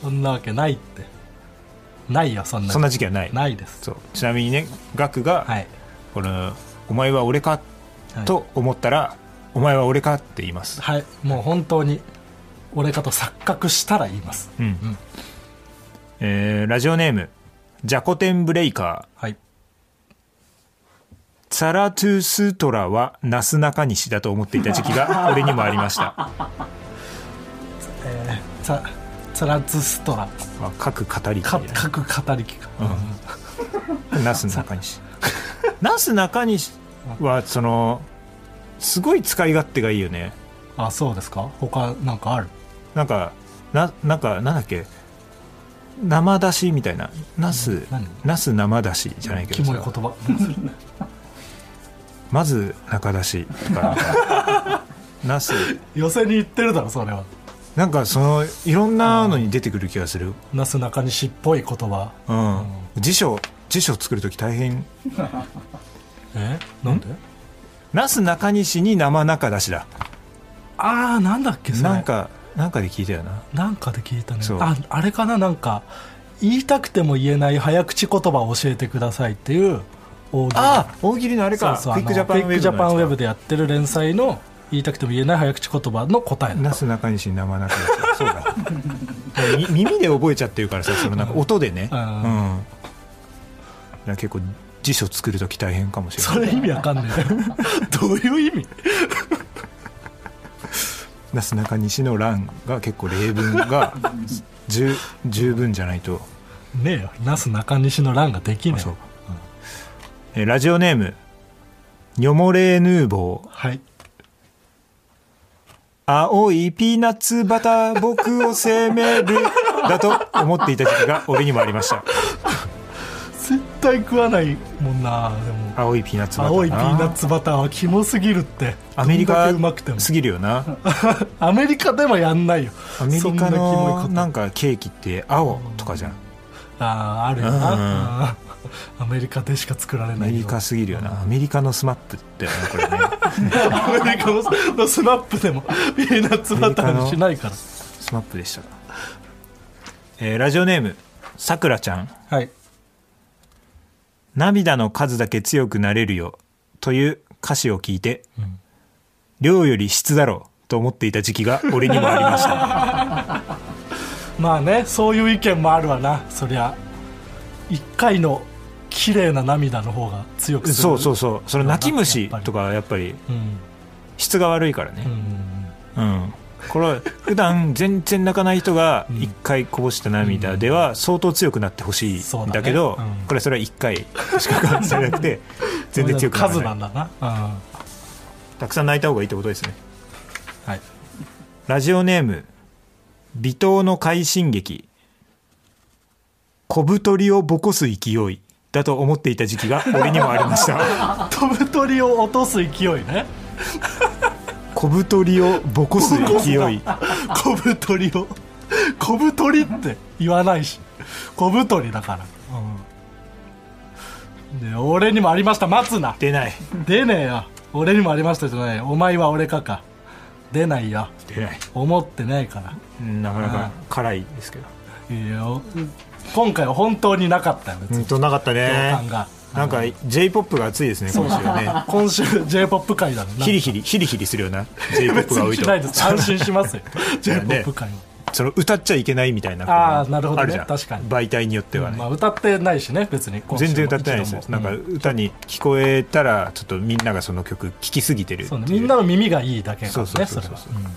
[SPEAKER 3] そんなわけないってないよそん な
[SPEAKER 2] そんな時期はない
[SPEAKER 3] ないです
[SPEAKER 2] そうちなみにねガクが、
[SPEAKER 3] はい
[SPEAKER 2] この「お前は俺か」
[SPEAKER 3] はい
[SPEAKER 2] と思ったら「お前は俺か」って言います、
[SPEAKER 3] はいもう本当に俺かと錯覚したら言います
[SPEAKER 2] うんえーラジオネームジャコテンブレイカー
[SPEAKER 3] はい
[SPEAKER 2] ツァラトゥストラはなすなかにしだと思っていた時期が 俺にもありました
[SPEAKER 3] さツラツストラ
[SPEAKER 2] あ各語り手
[SPEAKER 3] か
[SPEAKER 2] ね
[SPEAKER 3] 各語り機か、
[SPEAKER 2] なすなかにしなすなかにしはそのすごい使い勝手がいいよね
[SPEAKER 3] あそうですか他なんかある
[SPEAKER 2] なんかななんかなんだっけ生だしみたいななす
[SPEAKER 3] 何
[SPEAKER 2] なす生だしじゃないけ
[SPEAKER 3] キ
[SPEAKER 2] ど
[SPEAKER 3] モい言
[SPEAKER 2] さ
[SPEAKER 3] 葉
[SPEAKER 2] まず中だしとか なす
[SPEAKER 3] 寄せに行ってるだろそれは
[SPEAKER 2] なんかそのいろんなのに出てくる気がする
[SPEAKER 3] なすなかにしっぽい言葉
[SPEAKER 2] うん辞書辞書作る時大変
[SPEAKER 3] えなんで
[SPEAKER 2] なすなかにしに生中だしだ
[SPEAKER 3] ああなんだっけそれ
[SPEAKER 2] なんかなんかで聞いたよな
[SPEAKER 3] なんかで聞いたね
[SPEAKER 2] そう
[SPEAKER 3] ああれかななんか言いたくても言えない早口言葉を教えてくださいっていう大喜利
[SPEAKER 2] あ大喜利のあれ
[SPEAKER 3] そ
[SPEAKER 2] か
[SPEAKER 3] うそうあ
[SPEAKER 2] クイッ
[SPEAKER 3] の
[SPEAKER 2] クジャパンウェブ
[SPEAKER 3] クイックジャパンウェ
[SPEAKER 2] のやつか
[SPEAKER 3] ブでやってる連載の言いたくても言えない早口言葉の答えだ
[SPEAKER 2] なすなかにし生中だしそうだ み耳で覚えちゃってるからさそのなんか音でね、
[SPEAKER 3] う
[SPEAKER 2] うんんだから結構辞書作る時大変かもしれ
[SPEAKER 3] そ
[SPEAKER 2] ない
[SPEAKER 3] れ意味わかんない どういう意味
[SPEAKER 2] なすなかにしの欄が結構例文が 十十分じゃないと、
[SPEAKER 3] ねえよなすなかにしの欄ができ
[SPEAKER 2] ま
[SPEAKER 3] ね
[SPEAKER 2] あそ
[SPEAKER 3] え
[SPEAKER 2] う
[SPEAKER 3] よ
[SPEAKER 2] かえーラジオネーム「ニョモレーヌーボー
[SPEAKER 3] はい
[SPEAKER 2] 青いピーナッツバター僕を責める」だと思っていた時期が俺にもありました
[SPEAKER 3] 絶対食わないもんなでも
[SPEAKER 2] 青いピーナッツバターな
[SPEAKER 3] 青いピーナッツバターはキモすぎるって
[SPEAKER 2] アメリカ
[SPEAKER 3] どんだけうまくても
[SPEAKER 2] すぎるよな
[SPEAKER 3] アメリカではやんないよ
[SPEAKER 2] アメリカ
[SPEAKER 3] そ
[SPEAKER 2] の
[SPEAKER 3] んなキモいこと
[SPEAKER 2] なんかケーキって青とかじゃん
[SPEAKER 3] あーあるよ
[SPEAKER 2] うんうん
[SPEAKER 3] なうんアメリカでしか作ら
[SPEAKER 2] ア
[SPEAKER 3] れな
[SPEAKER 2] メ
[SPEAKER 3] い
[SPEAKER 2] リ
[SPEAKER 3] よ
[SPEAKER 2] カすぎるよなアメリカのスマップだよねこれね
[SPEAKER 3] アメリカののスナップでもピーナッツバターにしないから
[SPEAKER 2] スマップでしたかえーラジオネームさくらちゃん
[SPEAKER 3] はい
[SPEAKER 2] 涙の数だけ強くなれるよという歌詞を聞いて、量より質だろうと思っていた時期が俺にもありました
[SPEAKER 3] まあねそういう意見もあるわなそりゃ一回の綺麗な涙の方が強くする
[SPEAKER 2] そうそううそうその泣き虫とかはやっぱり
[SPEAKER 3] うん
[SPEAKER 2] 質が悪いからね
[SPEAKER 3] うんうん
[SPEAKER 2] うんこれは普段全然泣かない人が一回こぼした涙では相当強くなってほしいんだけど
[SPEAKER 3] そうだねうん
[SPEAKER 2] これそれは一回しか感じなくて全然強くなら
[SPEAKER 3] 数
[SPEAKER 2] な
[SPEAKER 3] な
[SPEAKER 2] んい
[SPEAKER 3] だな、うん
[SPEAKER 2] たくさん泣いた方がいいってことですね
[SPEAKER 3] はい
[SPEAKER 2] ラジオネーム微糖の快進撃小太りをぼこす勢いだと思っていた時期 が俺にもありました
[SPEAKER 3] 飛ぶ鳥を落とす勢いね
[SPEAKER 2] 小太りをぼこ す勢い
[SPEAKER 3] 小太りを小太りって言わないし小太りだから、うん、で俺にもありました待つな
[SPEAKER 2] 出ない
[SPEAKER 3] 出ねえよ俺にもありましたじゃないよお前は俺かか出ないよ
[SPEAKER 2] 出ない
[SPEAKER 3] 思ってないから
[SPEAKER 2] うんなかなか辛いですけど
[SPEAKER 3] いいよ今回は本当になかったよ別
[SPEAKER 2] う
[SPEAKER 3] に
[SPEAKER 2] んとなかった
[SPEAKER 3] 共
[SPEAKER 2] ね
[SPEAKER 3] 感が、
[SPEAKER 2] なんか j p o p が熱いですね今週ね
[SPEAKER 3] 今週 j p o p 界だ ろ
[SPEAKER 2] ヒリヒリヒリヒリするような j p o p が多い
[SPEAKER 3] し
[SPEAKER 2] と
[SPEAKER 3] ないです安心 しますよ j
[SPEAKER 2] だ
[SPEAKER 3] p
[SPEAKER 2] ね
[SPEAKER 3] o p 界は、
[SPEAKER 2] その歌っちゃいけないみたいな
[SPEAKER 3] あーなるほどね
[SPEAKER 2] あじゃん
[SPEAKER 3] 確かに
[SPEAKER 2] 媒体によってはね
[SPEAKER 3] まあ歌ってないしね別に今週も
[SPEAKER 2] 全然歌ってないですよ
[SPEAKER 3] 一度
[SPEAKER 2] な
[SPEAKER 3] も
[SPEAKER 2] んか歌に聞こえたらちょっとみんながその曲聴きすぎてるって
[SPEAKER 3] そ
[SPEAKER 2] いうう
[SPEAKER 3] ね、みんなの耳がいいだけ
[SPEAKER 2] そう
[SPEAKER 3] から
[SPEAKER 2] そう
[SPEAKER 3] ね
[SPEAKER 2] そ
[SPEAKER 3] そうれ
[SPEAKER 2] そう
[SPEAKER 3] は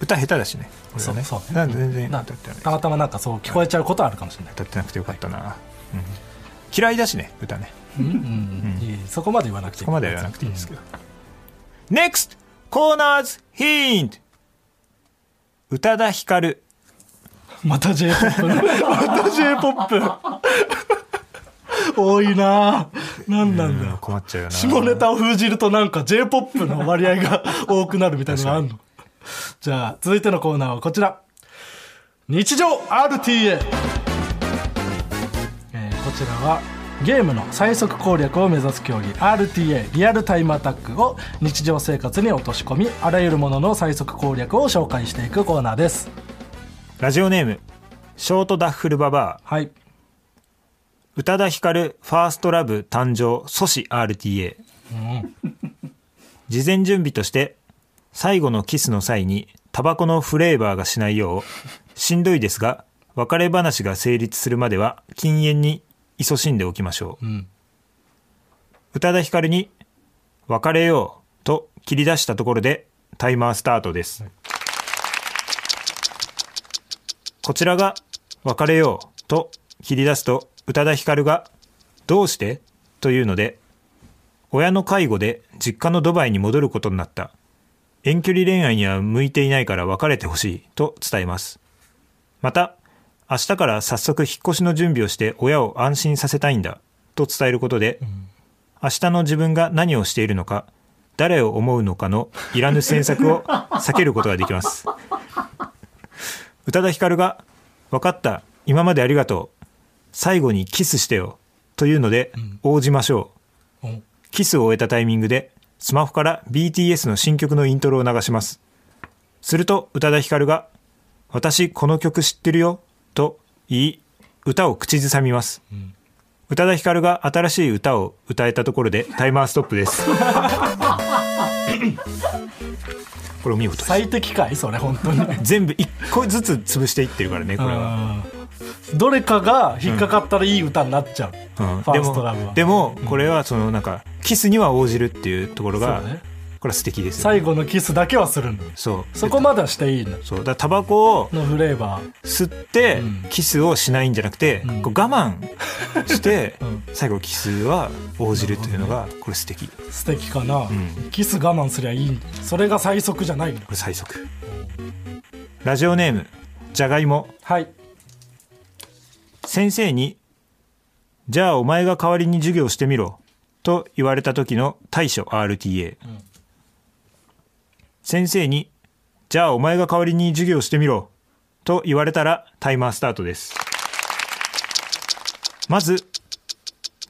[SPEAKER 2] 歌下手だしね俺はね
[SPEAKER 3] そうそう
[SPEAKER 2] なんで全然
[SPEAKER 3] な
[SPEAKER 2] 歌
[SPEAKER 3] ん
[SPEAKER 2] って
[SPEAKER 3] か
[SPEAKER 2] ない
[SPEAKER 3] たまたまなんかそう聞こえちゃうことはあるかもしれない、
[SPEAKER 2] 歌ってなくてよかったな、うん嫌いだしね歌ね
[SPEAKER 3] うんいいそこまで言わなくてい
[SPEAKER 2] こ
[SPEAKER 3] い
[SPEAKER 2] こまでは言わなくていいですけど、NEXT コーナーズヒント宇多田ヒカル
[SPEAKER 3] また j p o p また j p o p 多いなぁなんなんだよ
[SPEAKER 2] 困っちゃうよな
[SPEAKER 3] 下ネタを封じるとなんか j p o p の割合が多くなるみたいなのがあるのじゃあ続いてのコーナーはこちら日常 RTA、えーこちらはゲームの最速攻略を目指す競技 RTA リアルタイムアタックを日常生活に落とし込みあらゆるものの最速攻略を紹介していくコーナーです
[SPEAKER 2] ラジオネームショートダッフルババア
[SPEAKER 3] はい
[SPEAKER 2] 宇多田ヒカルファーストラブ誕生阻止 RTA、事前準備として最後のキスの際にタバコのフレーバーがしないようしんどいですが別れ話が成立するまでは禁煙に勤しんでおきましょう、
[SPEAKER 3] ん
[SPEAKER 2] 宇多田ヒカルに「別れよう」と切り出したところでタイマースタートです、こちらが別れようと切り出すと宇多田ヒカルがどうしてというので親の介護で実家のドバイに戻ることになった遠距離恋愛には向いていないから別れてほしいと伝えますまた明日から早速引っ越しの準備をして親を安心させたいんだと伝えることで、明日の自分が何をしているのか誰を思うのかのいらぬ詮索を避けることができます宇多田ヒカルが「分かった今までありがとう最後にキスしてよ」というので応じましょう、
[SPEAKER 3] うん
[SPEAKER 2] キスを終えたタイミングでスマホから BTS の新曲のイントロを流しますすると宇多田ヒカルが「私この曲知ってるよ」と言い歌を口ずさみます、宇多田ヒカルが新しい歌を歌えたところでタイマーストップですこれお見事です
[SPEAKER 3] 最適解それ本 当に
[SPEAKER 2] 全部一個ずつ潰していってるからねこれは、
[SPEAKER 3] どれかが引っかかったらいい歌になっちゃう、
[SPEAKER 2] うん
[SPEAKER 3] ファーストラブは
[SPEAKER 2] でもでもこれはそのなんかキスには応じるっていうところが、
[SPEAKER 3] そうね
[SPEAKER 2] これは素敵ですよ
[SPEAKER 3] 最後のキスだけはするの
[SPEAKER 2] そう
[SPEAKER 3] そこまではしていいの
[SPEAKER 2] そうだからタバコを
[SPEAKER 3] のフレーバー
[SPEAKER 2] 吸ってキスをしないんじゃなくて、
[SPEAKER 3] ん
[SPEAKER 2] こう我慢 して
[SPEAKER 3] ん
[SPEAKER 2] 最後キスは応じるというのがこれ素敵こ
[SPEAKER 3] 素敵かな、
[SPEAKER 2] ん
[SPEAKER 3] キス我慢すりゃいいんだそれが最速じゃないの
[SPEAKER 2] れ最速ラジオネームじゃがいも
[SPEAKER 3] はい
[SPEAKER 2] 先生にじゃあお前が代わりに授業してみろと言われた時の対処 RTA、先生にじゃあお前が代わりに授業してみろと言われたらタイマースタートですまず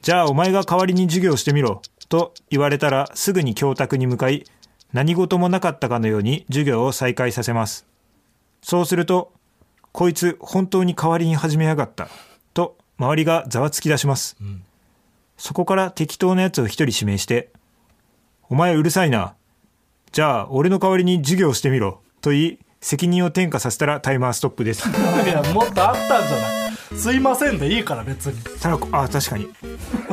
[SPEAKER 2] じゃあお前が代わりに授業してみろと言われたらすぐに教卓に向かい何事もなかったかのように授業を再開させますそうするとこいつ本当に代わりに始めやがったと周りがざわつき出します、そこから適当なやつを一人指名して「お前うるさいなじゃあ俺の代わりに授業してみろ」と言い責任を転嫁させたらタイマーストップです
[SPEAKER 3] いやもっとあったんじゃないすいませんでいいから別に
[SPEAKER 2] ただこあ確かに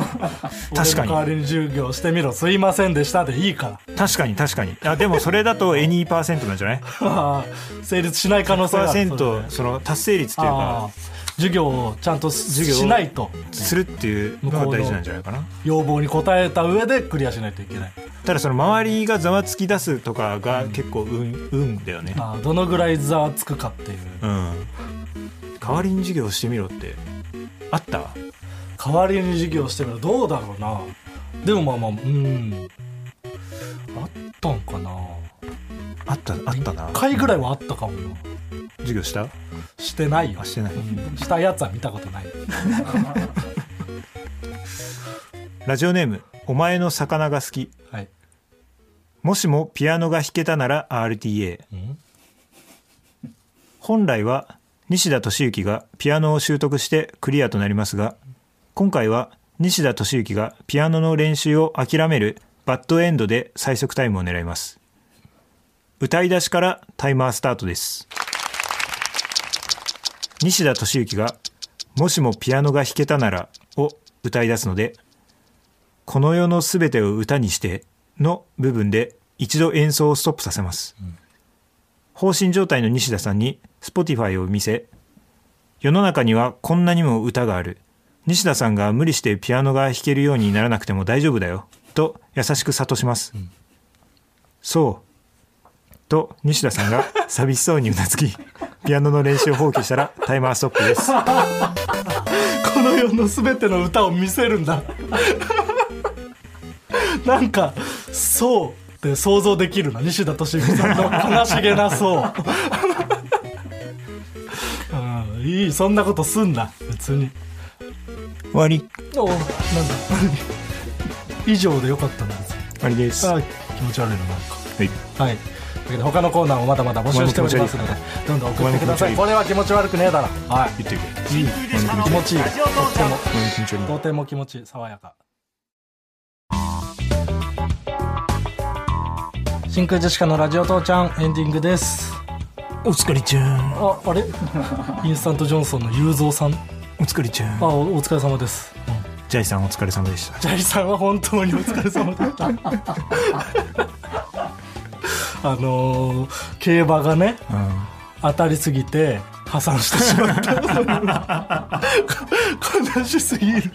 [SPEAKER 2] 確か
[SPEAKER 3] 俺の代わ
[SPEAKER 2] に
[SPEAKER 3] りに授業してみろすいませんでしたでいいか
[SPEAKER 2] 確かに確かにあでもそれだとエニーパーセントなんじゃない
[SPEAKER 3] ら 成立しない可能性
[SPEAKER 2] パ
[SPEAKER 3] が
[SPEAKER 2] ー
[SPEAKER 3] あ
[SPEAKER 2] セ
[SPEAKER 3] る
[SPEAKER 2] ントその達成率という
[SPEAKER 3] あ
[SPEAKER 2] か
[SPEAKER 3] あ授業をちゃんとし
[SPEAKER 2] 授業を
[SPEAKER 3] しないと
[SPEAKER 2] するっていうのが大事なんじゃないかな
[SPEAKER 3] 要望に応えた上でクリアしないといけない
[SPEAKER 2] ただその周りがざわつき出すとかが結構運運だよね
[SPEAKER 3] ああどのぐらいざわつくかっていう
[SPEAKER 2] うん代わりに授業してみろってあった
[SPEAKER 3] 代わりに授業してみるどうだろうなでもまあまあうんあったんかな
[SPEAKER 2] あったあったな
[SPEAKER 3] 1回ぐらいはあったかもよ
[SPEAKER 2] 授業した
[SPEAKER 3] してないよ
[SPEAKER 2] あしてない
[SPEAKER 3] うんしたやつは見たことない
[SPEAKER 2] ラジオネームお前の魚が好き
[SPEAKER 3] はい
[SPEAKER 2] もしもピアノが弾けたなら RTA
[SPEAKER 3] ん
[SPEAKER 2] 本来は西田敏行がピアノを習得してクリアとなりますが今回は西田敏行がピアノの練習を諦めるバッドエンドで最速タイムを狙います歌い出しからタイマースタートです西田敏行が「もしもピアノが弾けたなら」を歌い出すので「この世のすべてを歌にして」の部分で一度演奏をストップさせます、放心状態の西田さんに Spotify を見せ世の中にはこんなにも歌がある西田さんが無理してピアノが弾けるようにならなくても大丈夫だよと優しく諭します、そうと西田 さんが寂しそうにうなつきピアノの練習を放棄したらタイマーストップです
[SPEAKER 3] この世の全ての歌を見せるんだ なんかそうって想像できるな西田敏行さんの悲しげなそう うんいいそんなことすんな別に
[SPEAKER 2] 終わり
[SPEAKER 3] おなんだ以上でよかったんです
[SPEAKER 2] 終わりです、
[SPEAKER 3] あ
[SPEAKER 2] は
[SPEAKER 3] ー気持ち悪いななんか
[SPEAKER 2] い、
[SPEAKER 3] はい。というわけで他のコーナーもまだまだ募集しておりますので、どんどん送ってください。
[SPEAKER 2] お
[SPEAKER 3] これは気持ち悪くねえだろ。はい。
[SPEAKER 2] 言ってくれ
[SPEAKER 3] いい気持ちいい。とっても、
[SPEAKER 2] お前の気持ち悪い
[SPEAKER 3] とても気持ちいい。爽やか。真空ジェシカのラジオ父ちゃんエンディングです。
[SPEAKER 2] お疲れちゃん
[SPEAKER 3] あ、あ れインスタントジョンソンの雄三さん。
[SPEAKER 2] お疲れちゃん
[SPEAKER 3] あ、おお疲れ様です。
[SPEAKER 2] ジャイさんお疲れ様でした
[SPEAKER 3] ジャイさんは本当にお疲れ様だった。あのー競馬がね、当たりすぎて破産してしまった 悲しすぎるって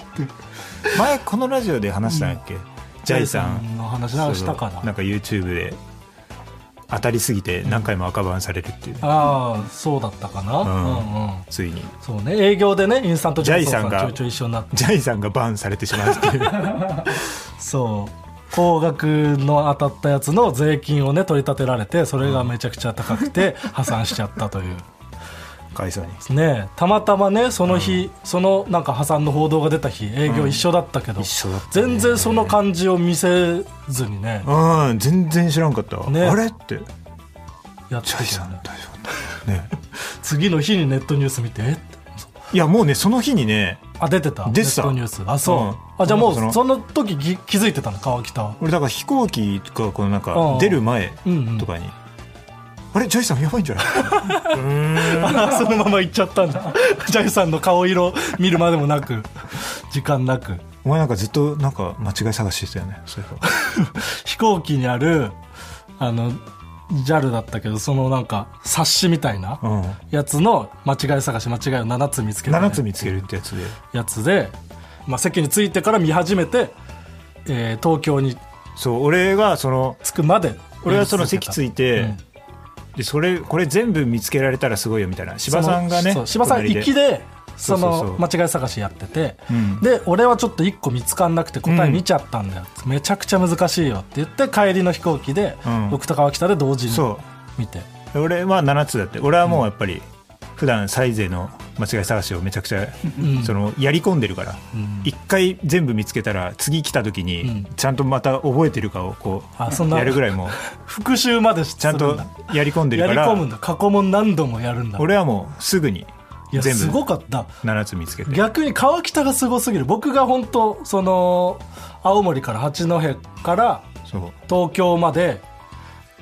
[SPEAKER 2] 前このラジオで話したんやっけ、ジャイさん
[SPEAKER 3] の話はしたか
[SPEAKER 2] そうな
[SPEAKER 3] なん
[SPEAKER 2] か YouTube で当たりすぎて何回も赤バンされるっていう、
[SPEAKER 3] ああそうだったかな、うんんうん
[SPEAKER 2] ついに
[SPEAKER 3] そうね営業でねインスタントジャイソンさん
[SPEAKER 2] ジャイさんが
[SPEAKER 3] ちょいちょい一緒になって
[SPEAKER 2] ジャイさんがバンされてしまうって いう
[SPEAKER 3] そう高額の当たったやつの税金をね取り立てられてそれがめちゃくちゃ高くて破産しちゃったという
[SPEAKER 2] かわいそうに
[SPEAKER 3] ねえたまたまねその日、そのなんか破産の報道が出た日営業一緒だったけど、
[SPEAKER 2] 一緒だったね
[SPEAKER 3] 全然その感じを見せずにね、
[SPEAKER 2] うん全然知らんかったわ、
[SPEAKER 3] ね
[SPEAKER 2] あれって
[SPEAKER 3] やって
[SPEAKER 2] ジ
[SPEAKER 3] た
[SPEAKER 2] ャイ
[SPEAKER 3] よ
[SPEAKER 2] さ
[SPEAKER 3] ね
[SPEAKER 2] ん大丈夫だったね
[SPEAKER 3] 次の日にネットニュース見てえって
[SPEAKER 2] いやもうねその日にね
[SPEAKER 3] あ出てた
[SPEAKER 2] 出てた
[SPEAKER 3] ネットニュースあそう、
[SPEAKER 2] うん
[SPEAKER 3] あじゃあもう
[SPEAKER 2] その
[SPEAKER 3] その時ぎ気づいてたの川北は
[SPEAKER 2] 俺だから飛行機がこのなん
[SPEAKER 3] う
[SPEAKER 2] か
[SPEAKER 3] ん
[SPEAKER 2] 出る前
[SPEAKER 3] うんうん
[SPEAKER 2] とかに、あれジャイさんやばいんじゃ ない
[SPEAKER 3] あ そのまま行っちゃった んだジャイさんの顔色見るまでもなく時間なく
[SPEAKER 2] お前なんかずっとなんか間違い探ししてたよねそういえば
[SPEAKER 3] 飛行機にあるあの JAL だったけどそのなんか冊子みたいな、
[SPEAKER 2] うん
[SPEAKER 3] やつの間違い探し間違いを7つ見つける
[SPEAKER 2] 7つ見つけるってやつで
[SPEAKER 3] やつで、まあ、席に着いてから見始めて、えー東京に
[SPEAKER 2] そう俺がその
[SPEAKER 3] 着くまで
[SPEAKER 2] 俺はその席ついて、
[SPEAKER 3] うん
[SPEAKER 2] でそれこれ全部見つけられたらすごいよみたいな芝さんがね
[SPEAKER 3] そう芝さん
[SPEAKER 2] 隣で
[SPEAKER 3] 行きで
[SPEAKER 2] そうそうそう
[SPEAKER 3] その間違い探しやってて、
[SPEAKER 2] うん
[SPEAKER 3] で俺はちょっと1個見つかんなくて答え見ちゃったんだよ、めちゃくちゃ難しいよって言って帰りの飛行機で、
[SPEAKER 2] うん
[SPEAKER 3] 僕と川北で同時に
[SPEAKER 2] そ
[SPEAKER 3] 見て
[SPEAKER 2] う俺は7つだって俺はもうやっぱり普段サイゼの間違い探しをめちゃくちゃ、
[SPEAKER 3] ん
[SPEAKER 2] そのやり込んでるから、
[SPEAKER 3] ん
[SPEAKER 2] 一回全部見つけたら次来た時
[SPEAKER 3] うん
[SPEAKER 2] にちゃんとまた覚えてるかをこ
[SPEAKER 3] あそんな
[SPEAKER 2] うやるぐらい もう
[SPEAKER 3] 復習までし
[SPEAKER 2] ちゃんとやり込んでる
[SPEAKER 3] や
[SPEAKER 2] か
[SPEAKER 3] り込む
[SPEAKER 2] ら
[SPEAKER 3] んだ過去問何度もやるんだ
[SPEAKER 2] 俺はもうすぐに
[SPEAKER 3] いや
[SPEAKER 2] 全
[SPEAKER 3] す
[SPEAKER 2] 部
[SPEAKER 3] ごかった
[SPEAKER 2] 7つ見つけて
[SPEAKER 3] 逆に川北がすごすぎる僕が本当その青森から八戸から
[SPEAKER 2] そう
[SPEAKER 3] 東京まで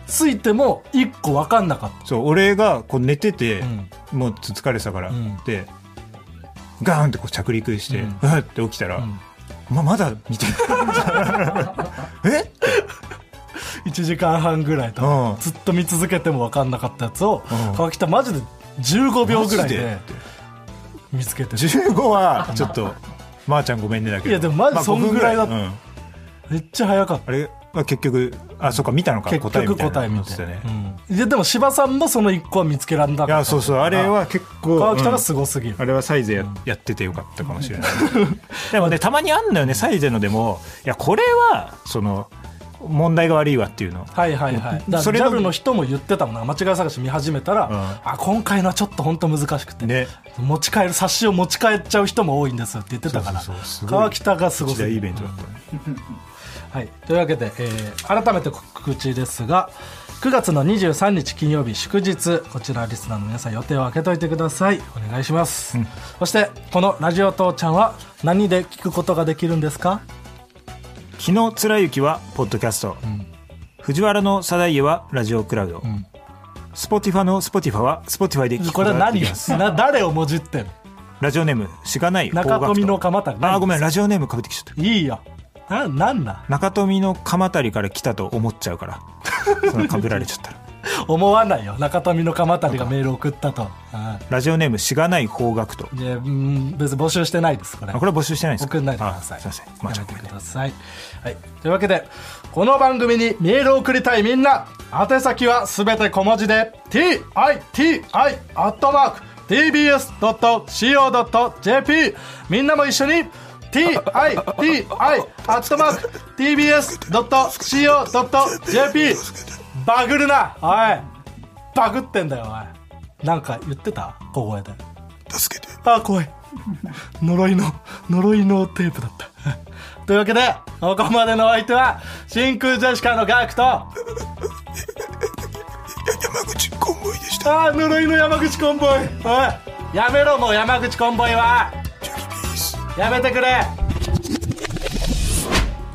[SPEAKER 3] 着いても1個分かんなかった
[SPEAKER 2] そう俺がこう寝てて、
[SPEAKER 3] ん
[SPEAKER 2] もう疲れてたから、
[SPEAKER 3] ん
[SPEAKER 2] でガーンってこう着陸して、う
[SPEAKER 3] うん
[SPEAKER 2] わって起きたら、
[SPEAKER 3] ん
[SPEAKER 2] ままだ見てる えって
[SPEAKER 3] 1時間半ぐらいと
[SPEAKER 2] うん
[SPEAKER 3] ずっと見続けても分かんなかったやつを
[SPEAKER 2] うん
[SPEAKER 3] 川北マジで15秒ぐらい
[SPEAKER 2] マジで
[SPEAKER 3] で
[SPEAKER 2] っ
[SPEAKER 3] 見つけて
[SPEAKER 2] 15はちょっと「まー、ちゃんごめんね」だけど
[SPEAKER 3] いやでもマジ
[SPEAKER 2] まあ
[SPEAKER 3] そんぐらいだった
[SPEAKER 2] 5分うん
[SPEAKER 3] めっちゃ早かった
[SPEAKER 2] あれは結局あそうか見たのか
[SPEAKER 3] 結
[SPEAKER 2] 答えみ
[SPEAKER 3] 局
[SPEAKER 2] たいな
[SPEAKER 3] 答え見
[SPEAKER 2] ってたね、
[SPEAKER 3] うんいやでも柴さんもその1個は見つけらんなかっ
[SPEAKER 2] い
[SPEAKER 3] た
[SPEAKER 2] やそうそうあれは結構
[SPEAKER 3] 川北
[SPEAKER 2] うん
[SPEAKER 3] がすごすぎる
[SPEAKER 2] あれはサイゼややっててよかったかもしれない でもねたまにあんのよねサイゼのでもいやこれはその問題が悪いわっていうの
[SPEAKER 3] はいはいはいだ
[SPEAKER 2] そ
[SPEAKER 3] か
[SPEAKER 2] れ
[SPEAKER 3] ら
[SPEAKER 2] の
[SPEAKER 3] JAL の人も言ってたもんな間違い探し見始めたら、あ今回のはちょっと本当難しくて、
[SPEAKER 2] ね
[SPEAKER 3] 持ち帰る冊子を持ち帰っちゃう人も多いんですって言ってたから
[SPEAKER 2] そうそうそうすごい
[SPEAKER 3] 川北がすご
[SPEAKER 2] 一
[SPEAKER 3] す
[SPEAKER 2] 大イ
[SPEAKER 3] ぎる
[SPEAKER 2] ベントだったね
[SPEAKER 3] はい、というわけで、えー改めて告知ですが9月の23日金曜日祝日こちらリスナーの皆さん予定を空けといてくださいお願いします、そしてこの「ラジオ父ちゃん」は何で聞くことができるんですか
[SPEAKER 2] 日野貫之はポッドキャスト、藤原の定家はラジオクラウド、スポティファのスポティファはスポティファイで聞く
[SPEAKER 3] こ
[SPEAKER 2] こ
[SPEAKER 3] れ
[SPEAKER 2] と
[SPEAKER 3] は
[SPEAKER 2] ができ
[SPEAKER 3] 何よ
[SPEAKER 2] ます
[SPEAKER 3] な誰をもじってる
[SPEAKER 2] ラジオネームしがない
[SPEAKER 3] 中富の鎌足り
[SPEAKER 2] あーごめんラジオネームかぶってきちゃった
[SPEAKER 3] いいよななんだ
[SPEAKER 2] 中富の鎌足りから来たと思っちゃうからそのかぶられちゃった ら
[SPEAKER 3] 思わないよ中富の鎌足りがメール送ったと、うん
[SPEAKER 2] ラジオネームしがない方角と
[SPEAKER 3] いやうん別に募集してないですこれ
[SPEAKER 2] あこれは募集してないんですか
[SPEAKER 3] 送んないでください
[SPEAKER 2] あすいませんまあち
[SPEAKER 3] や
[SPEAKER 2] ょっ
[SPEAKER 3] めて
[SPEAKER 2] と
[SPEAKER 3] ください、はい、というわけでこの番組にメールを送りたいみんな宛先はすべて小文字で TITI アットマーク TBS.CO.JP みんなも一緒に TITI アットマーク TBS.CO.JP バグるなおいバグってんだよおいなんか言ってた小声であ怖い呪いの呪いのテープだった というわけでここまでのお相手は真空ジェシカのガクと山口コンボイでしたあー呪いの山口コンボイおいやめろもう山口コンボイはやめてくれ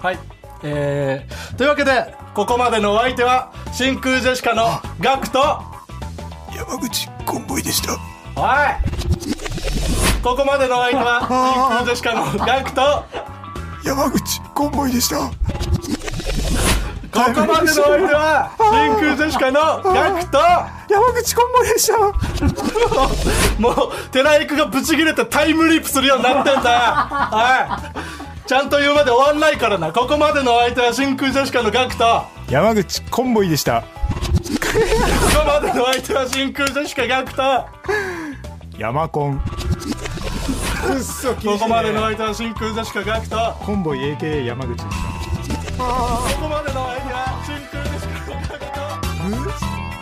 [SPEAKER 3] はいえー、というわけでここまでのお相手は真空ジェシカのガクと
[SPEAKER 6] 山口コンボイでした
[SPEAKER 3] おいここまでのお相手は真空ジェシカのガクと
[SPEAKER 6] 山口コンボイでした
[SPEAKER 3] ここまでのお相手は真空ジェシカのガクと
[SPEAKER 6] 山口コンボイでした
[SPEAKER 3] もう寺井君がブチ切れてタイムリープするようになってんだよおいちゃんと言うまで終わんないからなここまでのお相手は真空ジェシカのガクと
[SPEAKER 2] 山口コンボイでした
[SPEAKER 3] ここまでのお相手は真空ジェシカガクと
[SPEAKER 2] 山コンうっそ
[SPEAKER 3] ここまでのお相手は真空ジェシカガクとこ
[SPEAKER 2] コンボイ AKA 山口でした
[SPEAKER 3] こまでのお相手は真空ジェシカのガクと